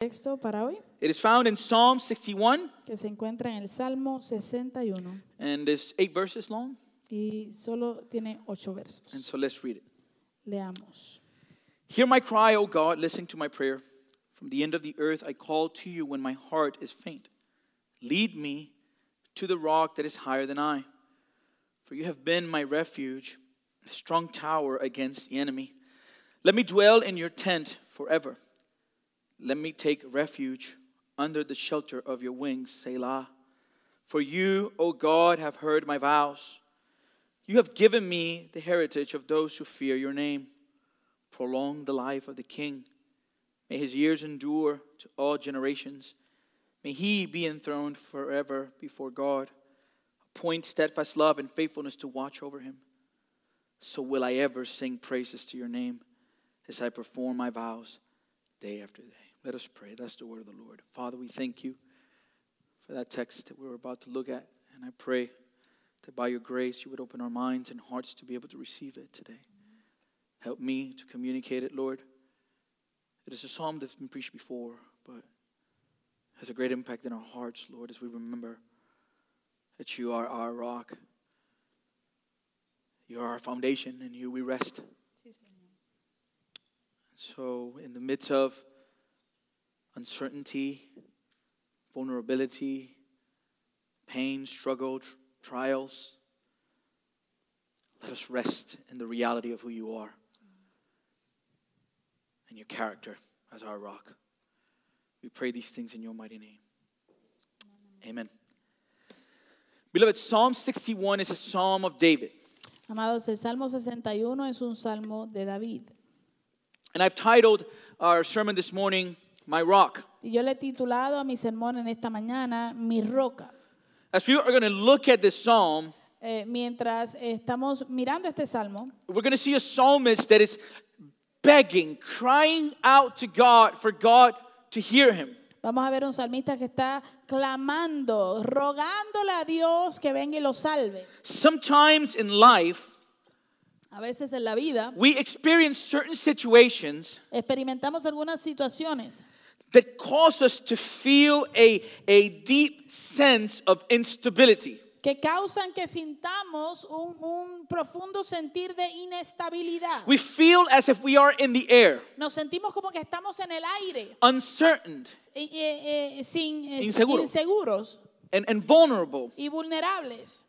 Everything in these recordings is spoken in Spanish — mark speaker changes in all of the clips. Speaker 1: texto para hoy
Speaker 2: It is found in Psalm 61
Speaker 1: que se encuentra en el Salmo 61
Speaker 2: and is eight verses long.
Speaker 1: y solo tiene ocho
Speaker 2: And
Speaker 1: versos.
Speaker 2: so let's read it.
Speaker 1: Leamos.
Speaker 2: Hear my cry, O God, listen to my prayer. From the end of the earth I call to you when my heart is faint. Lead me to the rock that is higher than I. For you have been my refuge, a strong tower against the enemy. Let me dwell in your tent forever. Let me take refuge under the shelter of your wings, Selah. For you, O God, have heard my vows. You have given me the heritage of those who fear your name prolong the life of the king. May his years endure to all generations. May he be enthroned forever before God. Appoint steadfast love and faithfulness to watch over him. So will I ever sing praises to your name as I perform my vows day after day. Let us pray. That's the word of the Lord. Father, we thank you for that text that we were about to look at. And I pray that by your grace you would open our minds and hearts to be able to receive it today. Help me to communicate it, Lord. It is a psalm that's been preached before, but has a great impact in our hearts, Lord, as we remember that you are our rock. You are our foundation, and you we rest. So, in the midst of uncertainty, vulnerability, pain, struggle, tr- trials, let us rest in the reality of who you are and your character as our rock. We pray these things in your mighty name. Amen. Beloved, Psalm 61 is a psalm of David.
Speaker 1: Amados, el Salmo 61 es un salmo de David.
Speaker 2: And I've titled our sermon this morning, My Rock.
Speaker 1: Y yo le he titulado a mi sermón en esta mañana Mi roca.
Speaker 2: As we are going to look at this psalm,
Speaker 1: Eh, mientras estamos mirando este salmo,
Speaker 2: we're going to see a psalmist that is begging, crying out to God for God to hear him.
Speaker 1: vamos a ver un salmista que está clamando, rogándole a Dios que venga y lo salve.
Speaker 2: Sometimes in life,
Speaker 1: A veces en la vida
Speaker 2: we experience certain situations
Speaker 1: experimentamos algunas situaciones
Speaker 2: that cause us to feel a, a deep sense of instability.
Speaker 1: que causan que sintamos un, un profundo sentir de inestabilidad.
Speaker 2: We feel as if we are in the air,
Speaker 1: Nos sentimos como que estamos en el aire,
Speaker 2: uncertain
Speaker 1: eh, eh, eh, sin, eh,
Speaker 2: Inseguro.
Speaker 1: inseguros
Speaker 2: and, and vulnerable.
Speaker 1: y vulnerables.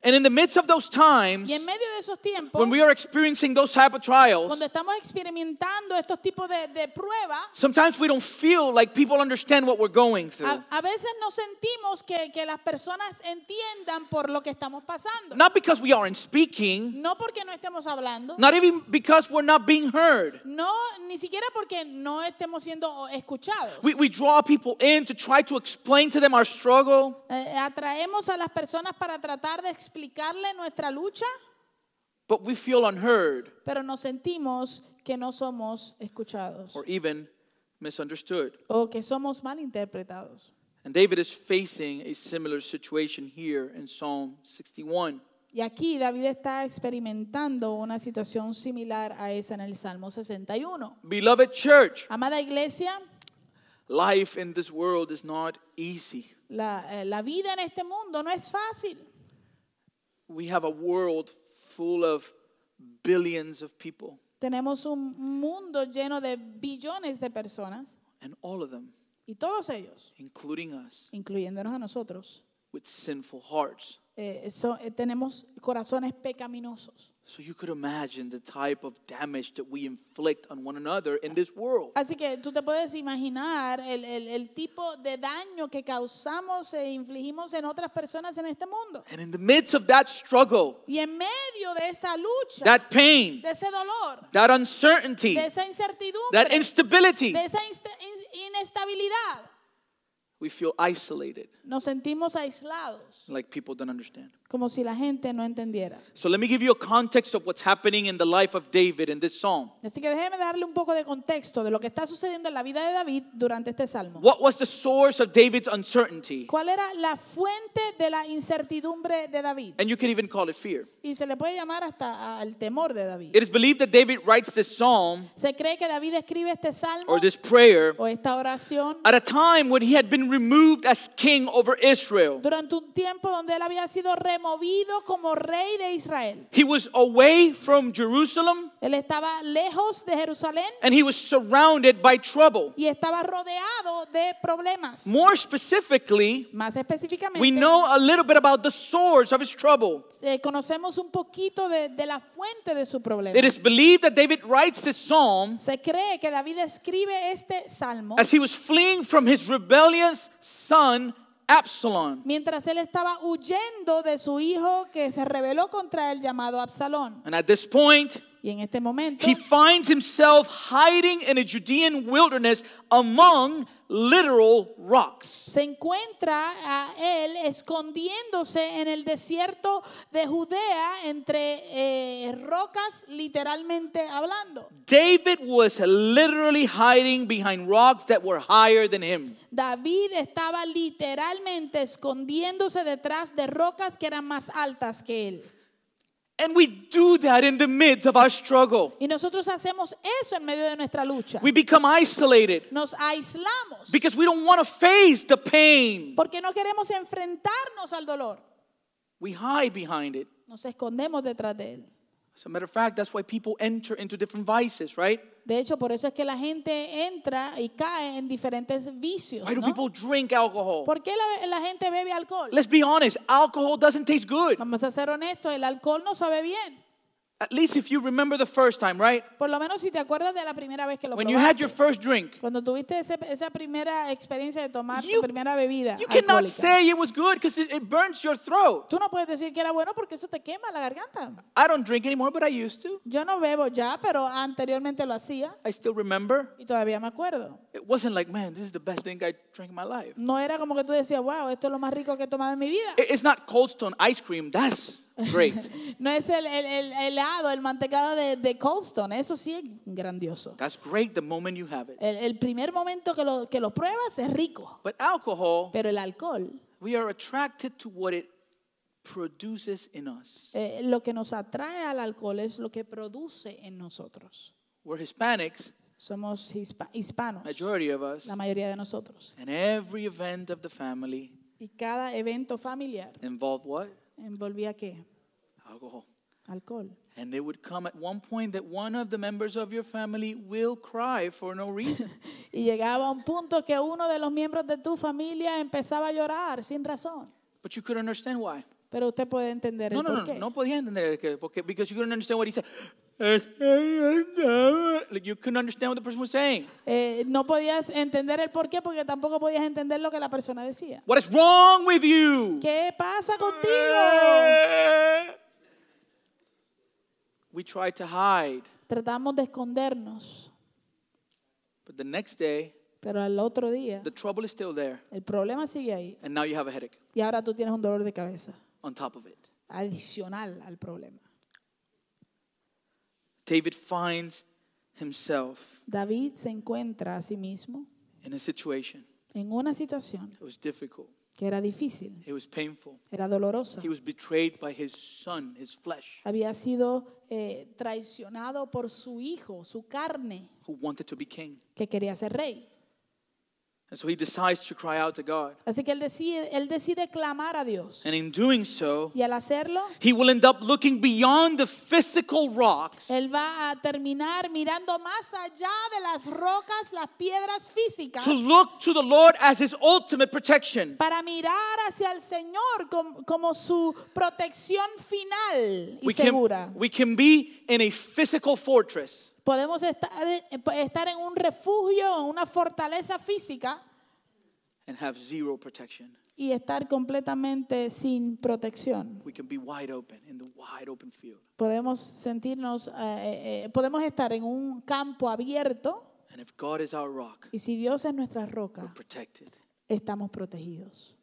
Speaker 2: And in the midst of those times,
Speaker 1: Y en medio de esos tiempos,
Speaker 2: when we are experiencing those type of trials,
Speaker 1: cuando estamos experimentando estos tipos de, de pruebas,
Speaker 2: sometimes we don't feel like people understand what we're going through.
Speaker 1: a, a veces no sentimos que, que las personas entiendan por lo que estamos pasando.
Speaker 2: Not because we aren't speaking,
Speaker 1: No porque no estemos hablando,
Speaker 2: not even because we're not being heard.
Speaker 1: no ni siquiera porque no estemos siendo escuchados.
Speaker 2: We, we draw people in to try to explain to them our struggle.
Speaker 1: Eh, atraemos a las personas para tratar de explicarle nuestra lucha,
Speaker 2: but we feel unheard
Speaker 1: pero nos sentimos que no somos escuchados
Speaker 2: or even misunderstood.
Speaker 1: o que somos malinterpretados.
Speaker 2: And David is facing a similar situation here in Psalm 61.
Speaker 1: Y aquí David está experimentando una situación similar a esa en el Salmo 61.
Speaker 2: Beloved church,
Speaker 1: Amada iglesia,
Speaker 2: life in this world is not easy.
Speaker 1: la, eh, la vida en este mundo no es fácil.
Speaker 2: We have a world full of billions of people,
Speaker 1: Tenemos un mundo lleno de billones de personas
Speaker 2: and all of them,
Speaker 1: y todos ellos,
Speaker 2: including us,
Speaker 1: incluyéndonos a nosotros,
Speaker 2: with sinful hearts.
Speaker 1: eh, so- eh, tenemos corazones pecaminosos.
Speaker 2: So you could imagine the type of damage that we inflict on one another in this world.
Speaker 1: Así que tú te puedes imaginar el, el- el tipo de daño que causamos e infligimos en otras personas en este mundo.
Speaker 2: And in the midst of that struggle,
Speaker 1: Y en medio de esa lucha,
Speaker 2: that pain,
Speaker 1: de ese dolor,
Speaker 2: that uncertainty,
Speaker 1: de esa
Speaker 2: that
Speaker 1: incertidumbre,
Speaker 2: instability.
Speaker 1: de esa insta- in- inestabilidad,
Speaker 2: We feel isolated,
Speaker 1: nos sentimos aislados,
Speaker 2: like people don't understand.
Speaker 1: como si la gente no entendiera.
Speaker 2: So let me give you a context of what's happening in the life of David in this psalm.
Speaker 1: Así que déjeme darle un poco de contexto de lo que está sucediendo en la vida de David durante este salmo.
Speaker 2: What was the source of David's uncertainty?
Speaker 1: ¿Cuál era la fuente de la incertidumbre de David?
Speaker 2: And you could even call it fear.
Speaker 1: Y se le puede llamar hasta al temor de David.
Speaker 2: It is believed that David writes this psalm
Speaker 1: Se cree que David escribe este salmo
Speaker 2: or this prayer
Speaker 1: o esta oración
Speaker 2: at a time when he had been removed as king over Israel.
Speaker 1: durante un tiempo donde él había sido removido como rey de Israel.
Speaker 2: He was away from Jerusalem
Speaker 1: Él estaba lejos de Jerusalén
Speaker 2: and he was surrounded by trouble.
Speaker 1: y estaba rodeado de problemas.
Speaker 2: More specifically,
Speaker 1: Más
Speaker 2: we
Speaker 1: específicamente,
Speaker 2: know a little bit about the source of his trouble.
Speaker 1: eh, conocemos un poquito de, de la fuente de su problema.
Speaker 2: It is believed that David writes this psalm
Speaker 1: Se cree que David escribe este salmo
Speaker 2: as he was fleeing from his rebellious son Absalom.
Speaker 1: mientras él estaba huyendo de su hijo que se rebeló contra él llamado Absalón.
Speaker 2: And at this point,
Speaker 1: Y en este momento
Speaker 2: he finds himself hiding in a Judean wilderness among literal rocks.
Speaker 1: se encuentra a él escondiéndose en el desierto de Judea entre eh, rocas literalmente hablando.
Speaker 2: David was literally hiding behind rocks that were higher than him.
Speaker 1: David estaba literalmente escondiéndose detrás de rocas que eran más altas que él.
Speaker 2: And we do that in the midst of our struggle.
Speaker 1: Y nosotros hacemos eso en medio de nuestra lucha.
Speaker 2: We become isolated
Speaker 1: Nos aislamos
Speaker 2: because we don't want to face the pain.
Speaker 1: porque no queremos enfrentarnos al dolor.
Speaker 2: We hide behind it.
Speaker 1: Nos escondemos detrás de él.
Speaker 2: As a matter of fact, that's why people enter into different vices, right?
Speaker 1: De hecho, por eso es que la gente entra y cae en diferentes vicios.
Speaker 2: Why do
Speaker 1: ¿no?
Speaker 2: people drink alcohol?
Speaker 1: ¿Por qué la, la gente bebe alcohol?
Speaker 2: Let's be honest, alcohol doesn't taste good.
Speaker 1: Vamos a ser honestos, el alcohol no sabe bien.
Speaker 2: At least if you remember the first time, right?
Speaker 1: Por lo menos si te acuerdas de la primera vez que lo
Speaker 2: When you
Speaker 1: probaste.
Speaker 2: had your first drink,
Speaker 1: Cuando tuviste ese- esa primera experiencia de tomar tu
Speaker 2: You-
Speaker 1: primera bebida
Speaker 2: you cannot
Speaker 1: alcohólica.
Speaker 2: say it was good because it, it burns your throat.
Speaker 1: Tú no puedes decir que era bueno porque eso te quema la garganta.
Speaker 2: I don't drink anymore, but I used to.
Speaker 1: Yo no bebo ya, pero anteriormente lo hacía
Speaker 2: I still remember.
Speaker 1: y todavía me acuerdo.
Speaker 2: It wasn't like, man, this is the best thing I drank in my life.
Speaker 1: No era como que tú decías, wow, esto es lo más rico que he tomado en mi vida.
Speaker 2: It- It's not Cold Stone ice cream. That's great.
Speaker 1: No es el, el- el helado, el mantecado de, de Cold Stone, eso sí es grandioso.
Speaker 2: That's great the moment you have it.
Speaker 1: El, el primer momento que lo, que lo pruebas es rico,
Speaker 2: But alcohol,
Speaker 1: pero el alcohol,
Speaker 2: we are attracted to what it produces in us.
Speaker 1: eh, lo que nos atrae al alcohol es lo que produce en nosotros.
Speaker 2: We're Hispanics,
Speaker 1: Somos hispa- hispanos,
Speaker 2: majority of us,
Speaker 1: la mayoría de nosotros.
Speaker 2: and every event of the family
Speaker 1: Y cada evento familiar
Speaker 2: involved what?
Speaker 1: envolvía qué?
Speaker 2: Alcohol.
Speaker 1: Alcohol.
Speaker 2: And it would come at one point that one of the members of your family will cry for no reason.
Speaker 1: Y llegaba a un punto que uno de los miembros de tu familia empezaba a llorar sin razón.
Speaker 2: but you could understand why.
Speaker 1: Pero usted puede entender
Speaker 2: No,
Speaker 1: el
Speaker 2: no, no,
Speaker 1: porqué.
Speaker 2: no podía entender que, porque, because you couldn't understand what he said. Like you couldn't understand what the person was saying.
Speaker 1: Eh, no podías entender el porqué porque tampoco podías entender lo que la persona decía.
Speaker 2: What is wrong with you?
Speaker 1: ¿Qué pasa
Speaker 2: Eh.
Speaker 1: contigo?
Speaker 2: We tried to hide,
Speaker 1: Tratamos de escondernos,
Speaker 2: but the next day,
Speaker 1: pero al otro día
Speaker 2: the trouble is still there,
Speaker 1: el problema sigue ahí
Speaker 2: and now you have a headache
Speaker 1: y ahora tú tienes un dolor de cabeza
Speaker 2: on top of it.
Speaker 1: adicional al problema.
Speaker 2: David finds himself
Speaker 1: David se encuentra a sí mismo
Speaker 2: in a situation
Speaker 1: en una situación
Speaker 2: that was difficult,
Speaker 1: que era difícil,
Speaker 2: it was painful.
Speaker 1: era dolorosa.
Speaker 2: He was betrayed by his son, his flesh,
Speaker 1: Había sido eh, traicionado por su hijo, su carne,
Speaker 2: who wanted to be king.
Speaker 1: que quería ser rey.
Speaker 2: And so he decides to cry out to God.
Speaker 1: Así que él decide, él decide clamar a Dios.
Speaker 2: And in doing so,
Speaker 1: Y al hacerlo,
Speaker 2: he will end up looking beyond the physical rocks
Speaker 1: Él va a terminar mirando más allá de las rocas, las piedras físicas,
Speaker 2: to look to the Lord as his ultimate protection.
Speaker 1: para mirar hacia el Señor com- como, su protección final y
Speaker 2: We
Speaker 1: segura.
Speaker 2: can, we can be in a physical fortress,
Speaker 1: Podemos estar, estar en un refugio, en una fortaleza física
Speaker 2: and have zero protection.
Speaker 1: y estar completamente sin protección.
Speaker 2: We can be wide open in the wide open field.
Speaker 1: Podemos sentirnos, eh, eh, eh, podemos estar en un campo abierto
Speaker 2: And if God is our rock,
Speaker 1: y si Dios es nuestra
Speaker 2: we're
Speaker 1: roca,
Speaker 2: protected.
Speaker 1: estamos protegidos.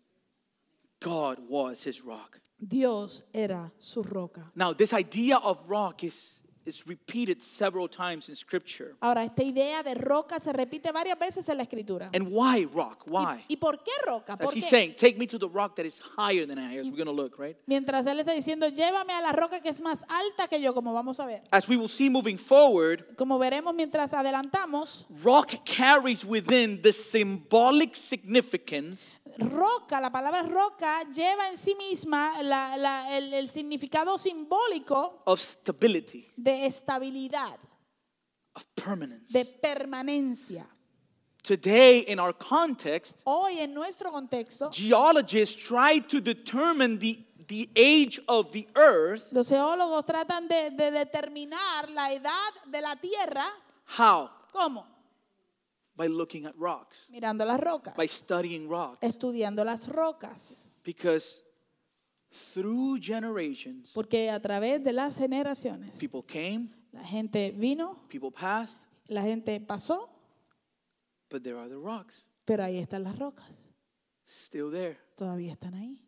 Speaker 2: God was his rock.
Speaker 1: Dios era su roca.
Speaker 2: Now, this idea of rock is, is repeated several times in Scripture.
Speaker 1: Ahora, esta idea de roca se repite varias veces en la escritura.
Speaker 2: And why rock? Why?
Speaker 1: ¿Y por qué roca?
Speaker 2: As
Speaker 1: ¿Por
Speaker 2: he's
Speaker 1: qué?
Speaker 2: saying, take me to the rock that is higher than I, as we're going to look, right?
Speaker 1: Mientras él está diciendo, llévame a la roca que es más alta que yo, como vamos a ver.
Speaker 2: As we will see moving forward,
Speaker 1: Como veremos mientras adelantamos,
Speaker 2: rock carries within the symbolic significance
Speaker 1: roca, la palabra roca lleva en sí misma la- la- el, el significado simbólico
Speaker 2: of stability,
Speaker 1: de estabilidad,
Speaker 2: of permanence.
Speaker 1: de permanencia.
Speaker 2: Today, in our context,
Speaker 1: Hoy en nuestro contexto,
Speaker 2: geologists try to determine the, the age of the earth.
Speaker 1: los geólogos tratan de, de determinar la edad de la Tierra,
Speaker 2: How?
Speaker 1: ¿cómo?
Speaker 2: By looking at rocks,
Speaker 1: Mirando las rocas,
Speaker 2: by studying rocks.
Speaker 1: estudiando las rocas,
Speaker 2: Because through generations,
Speaker 1: porque a través de las generaciones,
Speaker 2: people came,
Speaker 1: la gente vino,
Speaker 2: people passed,
Speaker 1: la gente pasó,
Speaker 2: but there are the rocks
Speaker 1: pero ahí están las rocas,
Speaker 2: still there.
Speaker 1: todavía están ahí.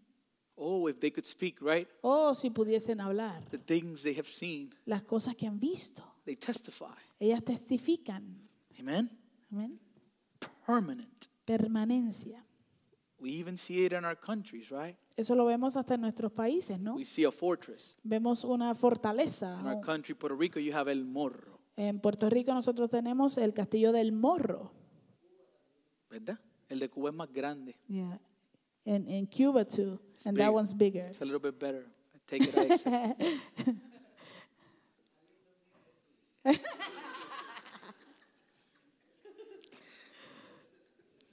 Speaker 2: Oh, if they could speak, right?
Speaker 1: Oh, si pudiesen hablar,
Speaker 2: The things they have seen,
Speaker 1: las cosas que han visto,
Speaker 2: they testify.
Speaker 1: ellas testifican.
Speaker 2: Amen?
Speaker 1: Amén.
Speaker 2: Permanent.
Speaker 1: Permanencia.
Speaker 2: We even see it in our countries, right?
Speaker 1: Eso lo vemos hasta en nuestros países, ¿no?
Speaker 2: We see a fortress.
Speaker 1: Vemos una fortaleza.
Speaker 2: In our
Speaker 1: o-
Speaker 2: country, Puerto Rico, you have El Morro,
Speaker 1: En Puerto Rico nosotros tenemos el castillo del Morro.
Speaker 2: ¿verdad? El de Cuba es más grande.
Speaker 1: Yeah. En en Cuba too. And that
Speaker 2: big.
Speaker 1: one's bigger.
Speaker 2: It's a little bit better. I take it, I accept it.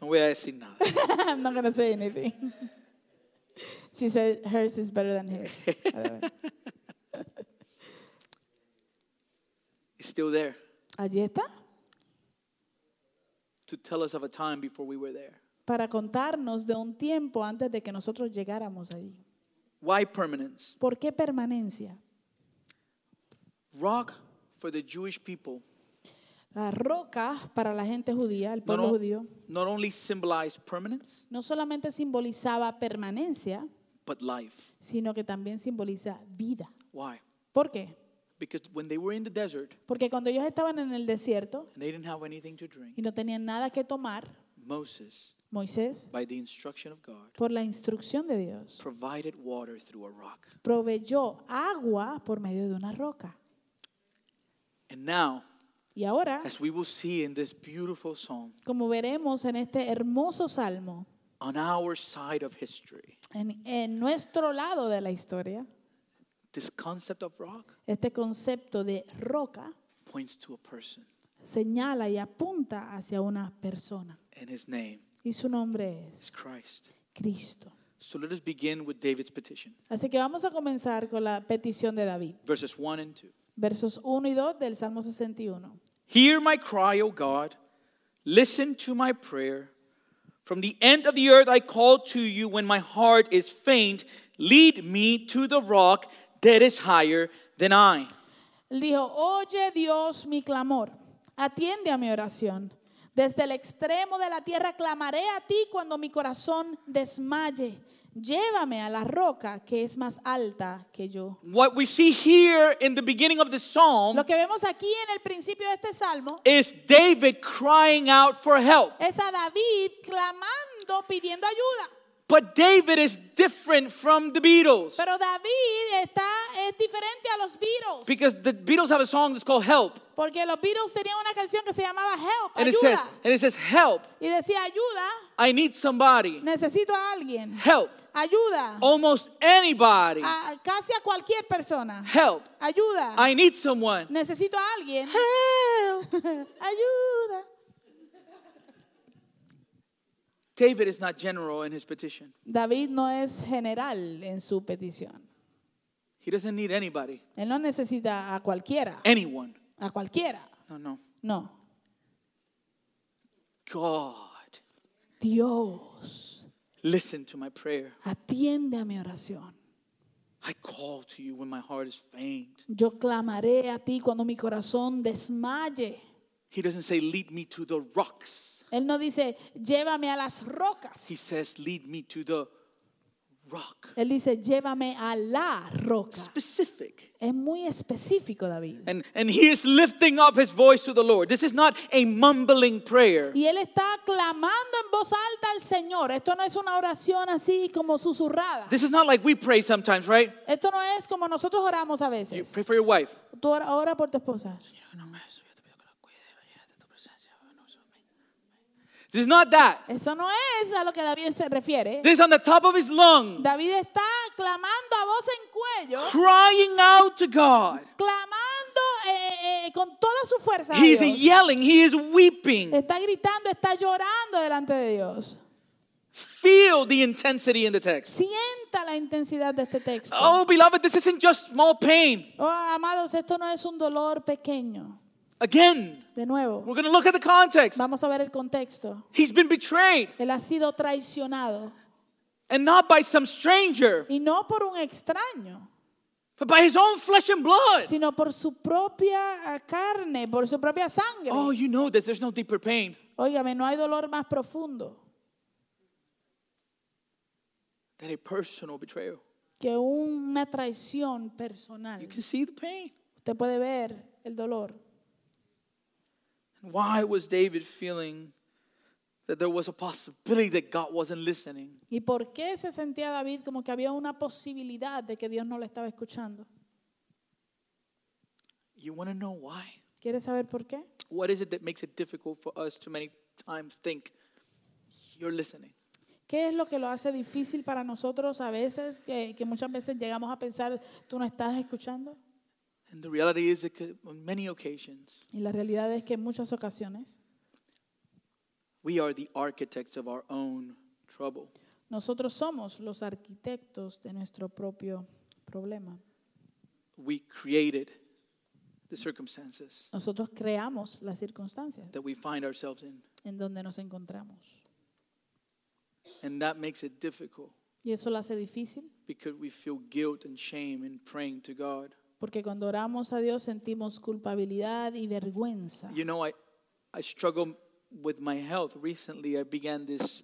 Speaker 2: No voy a decir nada.
Speaker 1: I'm not gonna say anything. She said hers is better than his.
Speaker 2: It's still there
Speaker 1: Allí está
Speaker 2: to tell us of a time before we were there.
Speaker 1: para contarnos de un tiempo antes de que nosotros llegáramos allí.
Speaker 2: Why permanence?
Speaker 1: ¿Por qué permanencia?
Speaker 2: Rock for the Jewish people
Speaker 1: La roca para la gente judía, el
Speaker 2: not,
Speaker 1: pueblo
Speaker 2: o-
Speaker 1: judío,
Speaker 2: not only symbolized permanence,
Speaker 1: no solamente simbolizaba permanencia,
Speaker 2: but life.
Speaker 1: sino que también simboliza vida.
Speaker 2: Why?
Speaker 1: ¿Por qué?
Speaker 2: Because when they were in the desert
Speaker 1: Porque cuando ellos estaban en el desierto
Speaker 2: and they didn't have anything to drink,
Speaker 1: y no tenían nada que tomar,
Speaker 2: Moses,
Speaker 1: Moisés,
Speaker 2: by the instruction of God,
Speaker 1: por la instrucción de Dios,
Speaker 2: provided water through a rock.
Speaker 1: proveyó agua por medio de una roca.
Speaker 2: And now,
Speaker 1: Y ahora,
Speaker 2: as we will see in this beautiful psalm,
Speaker 1: como veremos en este hermoso salmo,
Speaker 2: on our side of history,
Speaker 1: en, en nuestro lado de la historia,
Speaker 2: this concept of rock
Speaker 1: este concepto de roca
Speaker 2: points to a person,
Speaker 1: señala y apunta hacia una persona.
Speaker 2: and his name
Speaker 1: Y su nombre
Speaker 2: is
Speaker 1: es
Speaker 2: Christ.
Speaker 1: Cristo.
Speaker 2: So let us begin with David's petition,
Speaker 1: Así que vamos a comenzar con la petición de David,
Speaker 2: verses 1 and 2.
Speaker 1: versos 1 y 2 del Salmo 61.
Speaker 2: Hear my cry, O God. Listen to my prayer. From the end of the earth I call to you when my heart is faint. Lead me to the rock that is higher than I.
Speaker 1: Él dijo, oye Dios mi clamor, atiende a mi oración. Desde el extremo de la tierra clamaré a ti cuando mi corazón desmaye. Llévame a la roca que es más alta que yo.
Speaker 2: What we see here in the beginning of the psalm
Speaker 1: Lo que vemos aquí en el principio de este salmo
Speaker 2: is David crying out for help.
Speaker 1: es a David clamando, pidiendo ayuda.
Speaker 2: But David is different from the Beatles
Speaker 1: Pero David está, es diferente a los Beatles.
Speaker 2: because the Beatles have a song that's called Help.
Speaker 1: Porque los Beatles tenían una canción que se llamaba Help,
Speaker 2: And it
Speaker 1: ayuda.
Speaker 2: says, and it says, Help,
Speaker 1: y decía, ayuda,
Speaker 2: I need somebody.
Speaker 1: necesito a alguien.
Speaker 2: Help,
Speaker 1: Ayuda.
Speaker 2: almost anybody.
Speaker 1: A- casi a cualquier persona.
Speaker 2: Help,
Speaker 1: Ayuda.
Speaker 2: I need someone.
Speaker 1: necesito a alguien. ayuda.
Speaker 2: David is not general in his petition.
Speaker 1: David no es general en su petición.
Speaker 2: He doesn't need anybody,
Speaker 1: Él no necesita a cualquiera.
Speaker 2: anyone.
Speaker 1: A cualquiera.
Speaker 2: No, no.
Speaker 1: No.
Speaker 2: God,
Speaker 1: Dios,
Speaker 2: listen to my prayer.
Speaker 1: atiende a mi oración.
Speaker 2: I call to you when my heart is faint.
Speaker 1: Yo clamaré a ti cuando mi corazón desmaye.
Speaker 2: He doesn't say, Lead me to the rocks.
Speaker 1: Él no dice, llévame a las
Speaker 2: He
Speaker 1: rocas.
Speaker 2: says, Lead me to the rock.
Speaker 1: Él dice, llévame a la roca.
Speaker 2: Specific.
Speaker 1: Es muy específico, David.
Speaker 2: And, and he is lifting up his voice to the Lord. This is not a mumbling prayer.
Speaker 1: Y él está clamando en voz alta al Señor. Esto no es una oración así como susurrada.
Speaker 2: This is not like we pray sometimes, right?
Speaker 1: Esto no es como nosotros oramos a
Speaker 2: You
Speaker 1: veces.
Speaker 2: pray for your wife.
Speaker 1: Tú ora, ora por tu esposa.
Speaker 2: This is not that.
Speaker 1: Eso no es a lo que David se refiere.
Speaker 2: This is on the top of his lung,
Speaker 1: David está clamando a voz en cuello,
Speaker 2: crying out to God.
Speaker 1: clamando eh, eh, con toda su fuerza. a
Speaker 2: He's
Speaker 1: Dios.
Speaker 2: yelling, he is weeping.
Speaker 1: Está gritando, está llorando delante de Dios.
Speaker 2: Feel the intensity in the text.
Speaker 1: Sienta la intensidad de este texto. Oh,
Speaker 2: Oh, beloved, this isn't just small pain.
Speaker 1: amados, esto no es un dolor pequeño.
Speaker 2: Again,
Speaker 1: De nuevo,
Speaker 2: we're going to look at the context.
Speaker 1: vamos a ver el contexto.
Speaker 2: He's been betrayed,
Speaker 1: Él ha sido traicionado
Speaker 2: and not by some stranger,
Speaker 1: y no por un extraño,
Speaker 2: but by his own flesh and blood.
Speaker 1: sino por su propia carne, por su propia sangre.
Speaker 2: Oh, you know this. There's no deeper pain.
Speaker 1: Óigame, no hay dolor más profundo
Speaker 2: than a personal betrayal.
Speaker 1: que una traición personal.
Speaker 2: You can see the pain.
Speaker 1: Usted puede ver el dolor.
Speaker 2: Why was David feeling that there was a possibility that God wasn't listening?
Speaker 1: ¿Y por qué se sentía David como que había una posibilidad de que Dios no le estaba escuchando?
Speaker 2: You want to know why?
Speaker 1: ¿Quiere saber por qué?
Speaker 2: What is it that makes it difficult for us to many times think you're listening?
Speaker 1: ¿Qué es lo que lo hace difícil para nosotros a veces, que, que muchas veces llegamos a pensar, tú no estás escuchando?
Speaker 2: And the reality is that c- on many occasions,
Speaker 1: Y la realidad es que en muchas ocasiones
Speaker 2: we are the architects of our own trouble.
Speaker 1: nosotros somos los arquitectos de nuestro propio problema.
Speaker 2: We created the circumstances
Speaker 1: Nosotros creamos las circunstancias
Speaker 2: that we find ourselves in.
Speaker 1: en donde nos encontramos.
Speaker 2: And that makes it difficult
Speaker 1: Y eso lo hace difícil
Speaker 2: because we feel guilt and shame in praying to God.
Speaker 1: porque cuando oramos a Dios sentimos culpabilidad y vergüenza.
Speaker 2: You know, I, I struggle with my health. Recently, I began this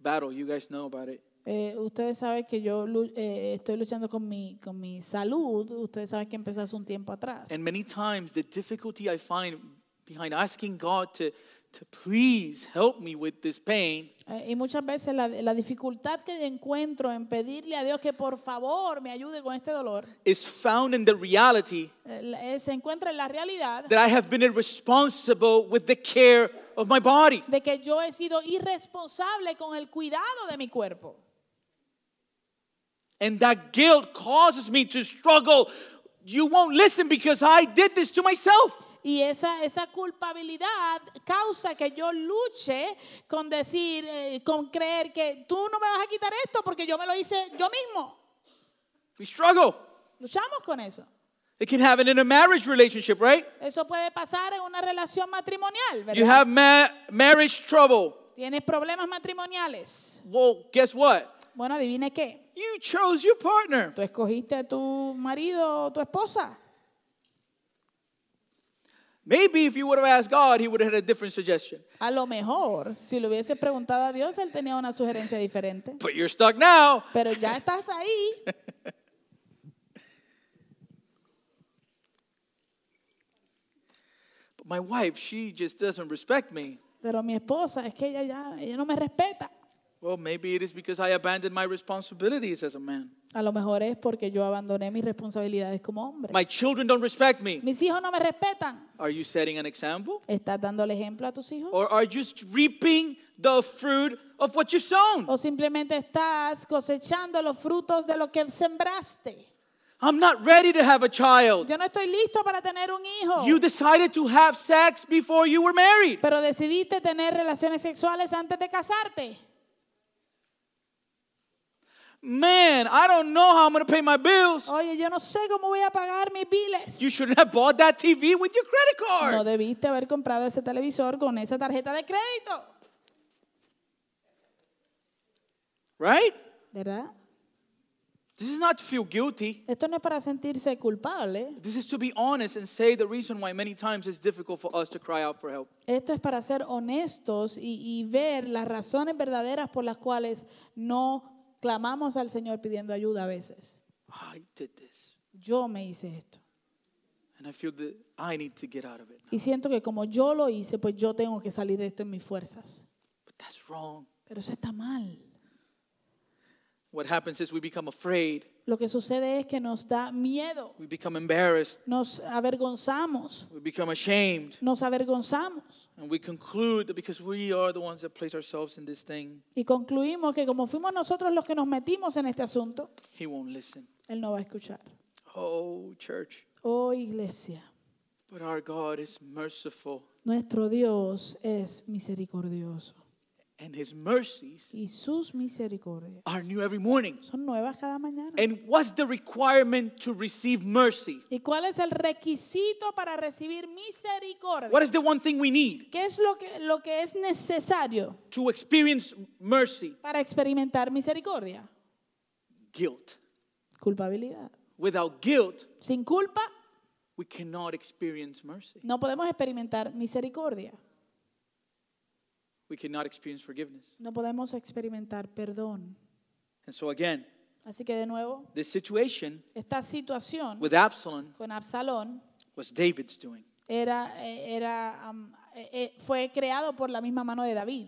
Speaker 2: battle. You guys know about it.
Speaker 1: Eh, ustedes saben que yo lu- eh, estoy luchando con mi, con mi salud. Ustedes saben que empecé hace un tiempo atrás.
Speaker 2: And many times, the difficulty I find behind asking God to, to please help me with this pain
Speaker 1: Eh, y muchas veces la, la dificultad que encuentro en pedirle a Dios que por favor me ayude con este dolor
Speaker 2: is found in the reality
Speaker 1: eh, la- eh, se encuentra en la realidad
Speaker 2: that I have been irresponsible with the care of my body.
Speaker 1: de que yo he sido irresponsable con el cuidado de mi cuerpo.
Speaker 2: And that guilt causes me to struggle. You won't listen because I did this to myself.
Speaker 1: Y esa, esa culpabilidad causa que yo luche con decir, eh, con creer que tú no me vas a quitar esto porque yo me lo hice yo mismo.
Speaker 2: We struggle.
Speaker 1: Luchamos con eso.
Speaker 2: It can happen in a marriage relationship, right?
Speaker 1: Eso puede pasar en una relación matrimonial, ¿verdad?
Speaker 2: You have ma- marriage trouble.
Speaker 1: Tienes problemas matrimoniales.
Speaker 2: Well, guess what?
Speaker 1: Bueno, adivine qué.
Speaker 2: You chose your partner.
Speaker 1: Tú escogiste a tu marido o tu esposa.
Speaker 2: Maybe if you would have asked God, He would have had a different suggestion.
Speaker 1: A lo mejor, si le hubiese preguntado a Dios, él tenía una sugerencia diferente.
Speaker 2: But you're stuck now.
Speaker 1: Pero ya estás ahí.
Speaker 2: But my wife, she just doesn't respect me.
Speaker 1: Pero mi esposa, es que ella ya ella no me respeta.
Speaker 2: Well, maybe it is because I abandoned my responsibilities as a man.
Speaker 1: A lo mejor es porque yo abandoné mis responsabilidades como hombre.
Speaker 2: My children don't respect me.
Speaker 1: Mis hijos no me respetan.
Speaker 2: Are you setting an example?
Speaker 1: ¿Estás dándole ejemplo a tus hijos?
Speaker 2: Or are you just reaping the fruit of what you sown?
Speaker 1: ¿O simplemente estás cosechando los frutos de lo que sembraste?
Speaker 2: I'm not ready to have a child.
Speaker 1: Yo no estoy listo para tener un hijo.
Speaker 2: You decided to have sex before you were married.
Speaker 1: pero decidiste tener relaciones sexuales antes de casarte.
Speaker 2: Man, I don't know how I'm going to pay my bills.
Speaker 1: Oye, yo no sé cómo voy a pagar mis biles.
Speaker 2: You shouldn't have bought that TV with your credit card.
Speaker 1: No debiste haber comprado ese televisor con esa tarjeta de crédito,
Speaker 2: Right?
Speaker 1: ¿verdad?
Speaker 2: This is not to feel guilty.
Speaker 1: Esto no es para sentirse culpable.
Speaker 2: This is to be honest and say the reason why many times it's difficult for us to cry out for help.
Speaker 1: Esto es para ser honestos y, y ver las razones verdaderas por las cuales no Clamamos al Señor pidiendo ayuda a veces.
Speaker 2: I did this.
Speaker 1: Yo me hice esto.
Speaker 2: And I feel that I need to get out of it. now.
Speaker 1: Y siento que como yo lo hice, pues yo tengo que salir de esto en mis fuerzas.
Speaker 2: But that's wrong.
Speaker 1: Pero eso está mal.
Speaker 2: What happens is we become afraid,
Speaker 1: Lo que sucede es que nos da miedo,
Speaker 2: we become embarrassed,
Speaker 1: nos avergonzamos,
Speaker 2: we become ashamed,
Speaker 1: nos avergonzamos.
Speaker 2: and we conclude that because we are the ones that place ourselves in this thing,
Speaker 1: Y concluimos que como fuimos nosotros los que nos metimos en este asunto,
Speaker 2: He won't listen.
Speaker 1: Él no va a escuchar.
Speaker 2: Oh, church.
Speaker 1: Oh iglesia,
Speaker 2: But our God is merciful,
Speaker 1: nuestro Dios es misericordioso.
Speaker 2: and His mercies
Speaker 1: Y sus misericordias
Speaker 2: are new every morning.
Speaker 1: son nuevas cada mañana.
Speaker 2: And what's the requirement to receive mercy?
Speaker 1: ¿Y cuál es el requisito para recibir misericordia?
Speaker 2: What is the one thing we need
Speaker 1: ¿Qué es lo que, lo que es necesario
Speaker 2: to experience mercy?
Speaker 1: para experimentar misericordia?
Speaker 2: Guilt.
Speaker 1: Culpabilidad.
Speaker 2: Without guilt,
Speaker 1: Sin culpa
Speaker 2: we cannot experience mercy.
Speaker 1: no podemos experimentar misericordia.
Speaker 2: We cannot experience forgiveness.
Speaker 1: No podemos experimentar perdón.
Speaker 2: And so, again,
Speaker 1: Así que de nuevo,
Speaker 2: this situation
Speaker 1: esta situación
Speaker 2: with Absalom
Speaker 1: con Absalón
Speaker 2: was David's doing.
Speaker 1: era, eh, era, am, eh, eh, fue creado por la misma mano de David.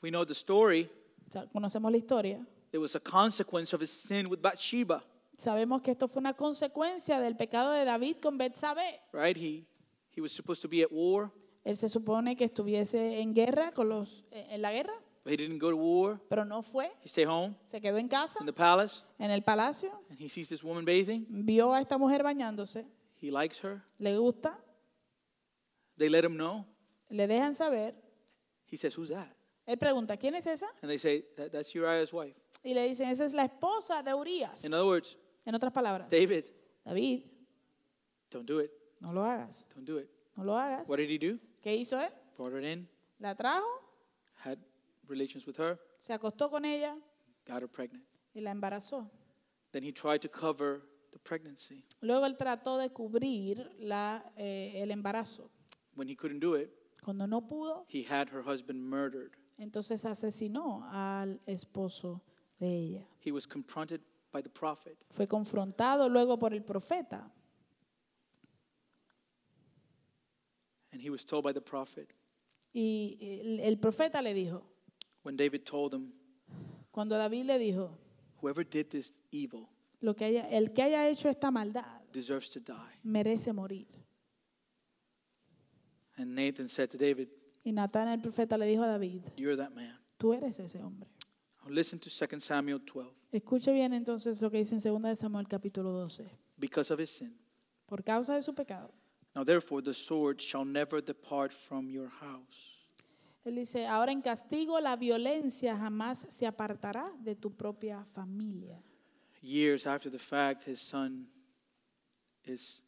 Speaker 2: We know the story.
Speaker 1: O sea, conocemos la historia.
Speaker 2: It was a consequence of his sin with Bathsheba,
Speaker 1: Sabemos que esto fue una consecuencia del pecado de David con Betsabé.
Speaker 2: right? He, he was supposed to be at war,
Speaker 1: Él se supone que estuviese en guerra con los eh, en la guerra,
Speaker 2: but he didn't go to war.
Speaker 1: pero no fue.
Speaker 2: He stayed home
Speaker 1: Se quedó en casa,
Speaker 2: in the palace,
Speaker 1: en el palacio,
Speaker 2: and he sees this woman bathing.
Speaker 1: vio a esta mujer bañándose,
Speaker 2: He likes her.
Speaker 1: le gusta,
Speaker 2: They let him know.
Speaker 1: le dejan saber.
Speaker 2: He says, Who's that?
Speaker 1: Él pregunta, "¿Quién es esa?"
Speaker 2: And they say, that, That's Uriah's wife.
Speaker 1: Y le dicen, "Esa es la esposa de Urias."
Speaker 2: In other words,
Speaker 1: En otras palabras,
Speaker 2: David,
Speaker 1: David,
Speaker 2: don't do it.
Speaker 1: no lo hagas,
Speaker 2: Don't do it.
Speaker 1: no lo hagas.
Speaker 2: What did he do?
Speaker 1: ¿Qué hizo él?
Speaker 2: Brought her in,
Speaker 1: La trajo,
Speaker 2: had relations with her,
Speaker 1: se acostó con ella
Speaker 2: got her pregnant.
Speaker 1: y la embarazó.
Speaker 2: Then he tried to cover the pregnancy.
Speaker 1: Luego él trató de cubrir la, eh, el embarazo.
Speaker 2: When he couldn't do it,
Speaker 1: Cuando no pudo,
Speaker 2: he had her husband murdered.
Speaker 1: entonces asesinó al esposo de ella.
Speaker 2: He was confronted by the prophet.
Speaker 1: Fue confrontado luego por el profeta
Speaker 2: And he was told by the prophet,
Speaker 1: y el- el profeta le dijo,
Speaker 2: when David told him,
Speaker 1: cuando David le dijo,
Speaker 2: Whoever did this evil
Speaker 1: lo que haya- el que haya hecho esta maldad
Speaker 2: deserves to die.
Speaker 1: merece morir.
Speaker 2: And Nathan said to David,
Speaker 1: Y Natán el profeta le dijo a David,
Speaker 2: You're that man.
Speaker 1: tú eres ese hombre.
Speaker 2: Now listen to 2 Samuel 12.
Speaker 1: Escuche bien entonces lo que dice en 2 de Samuel capítulo 12.
Speaker 2: Because of his sin.
Speaker 1: Por causa de su pecado.
Speaker 2: Now therefore the sword shall never depart from your house.
Speaker 1: Él dice, ahora en castigo la violencia jamás se apartará de tu propia familia.
Speaker 2: Years after the fact, his son is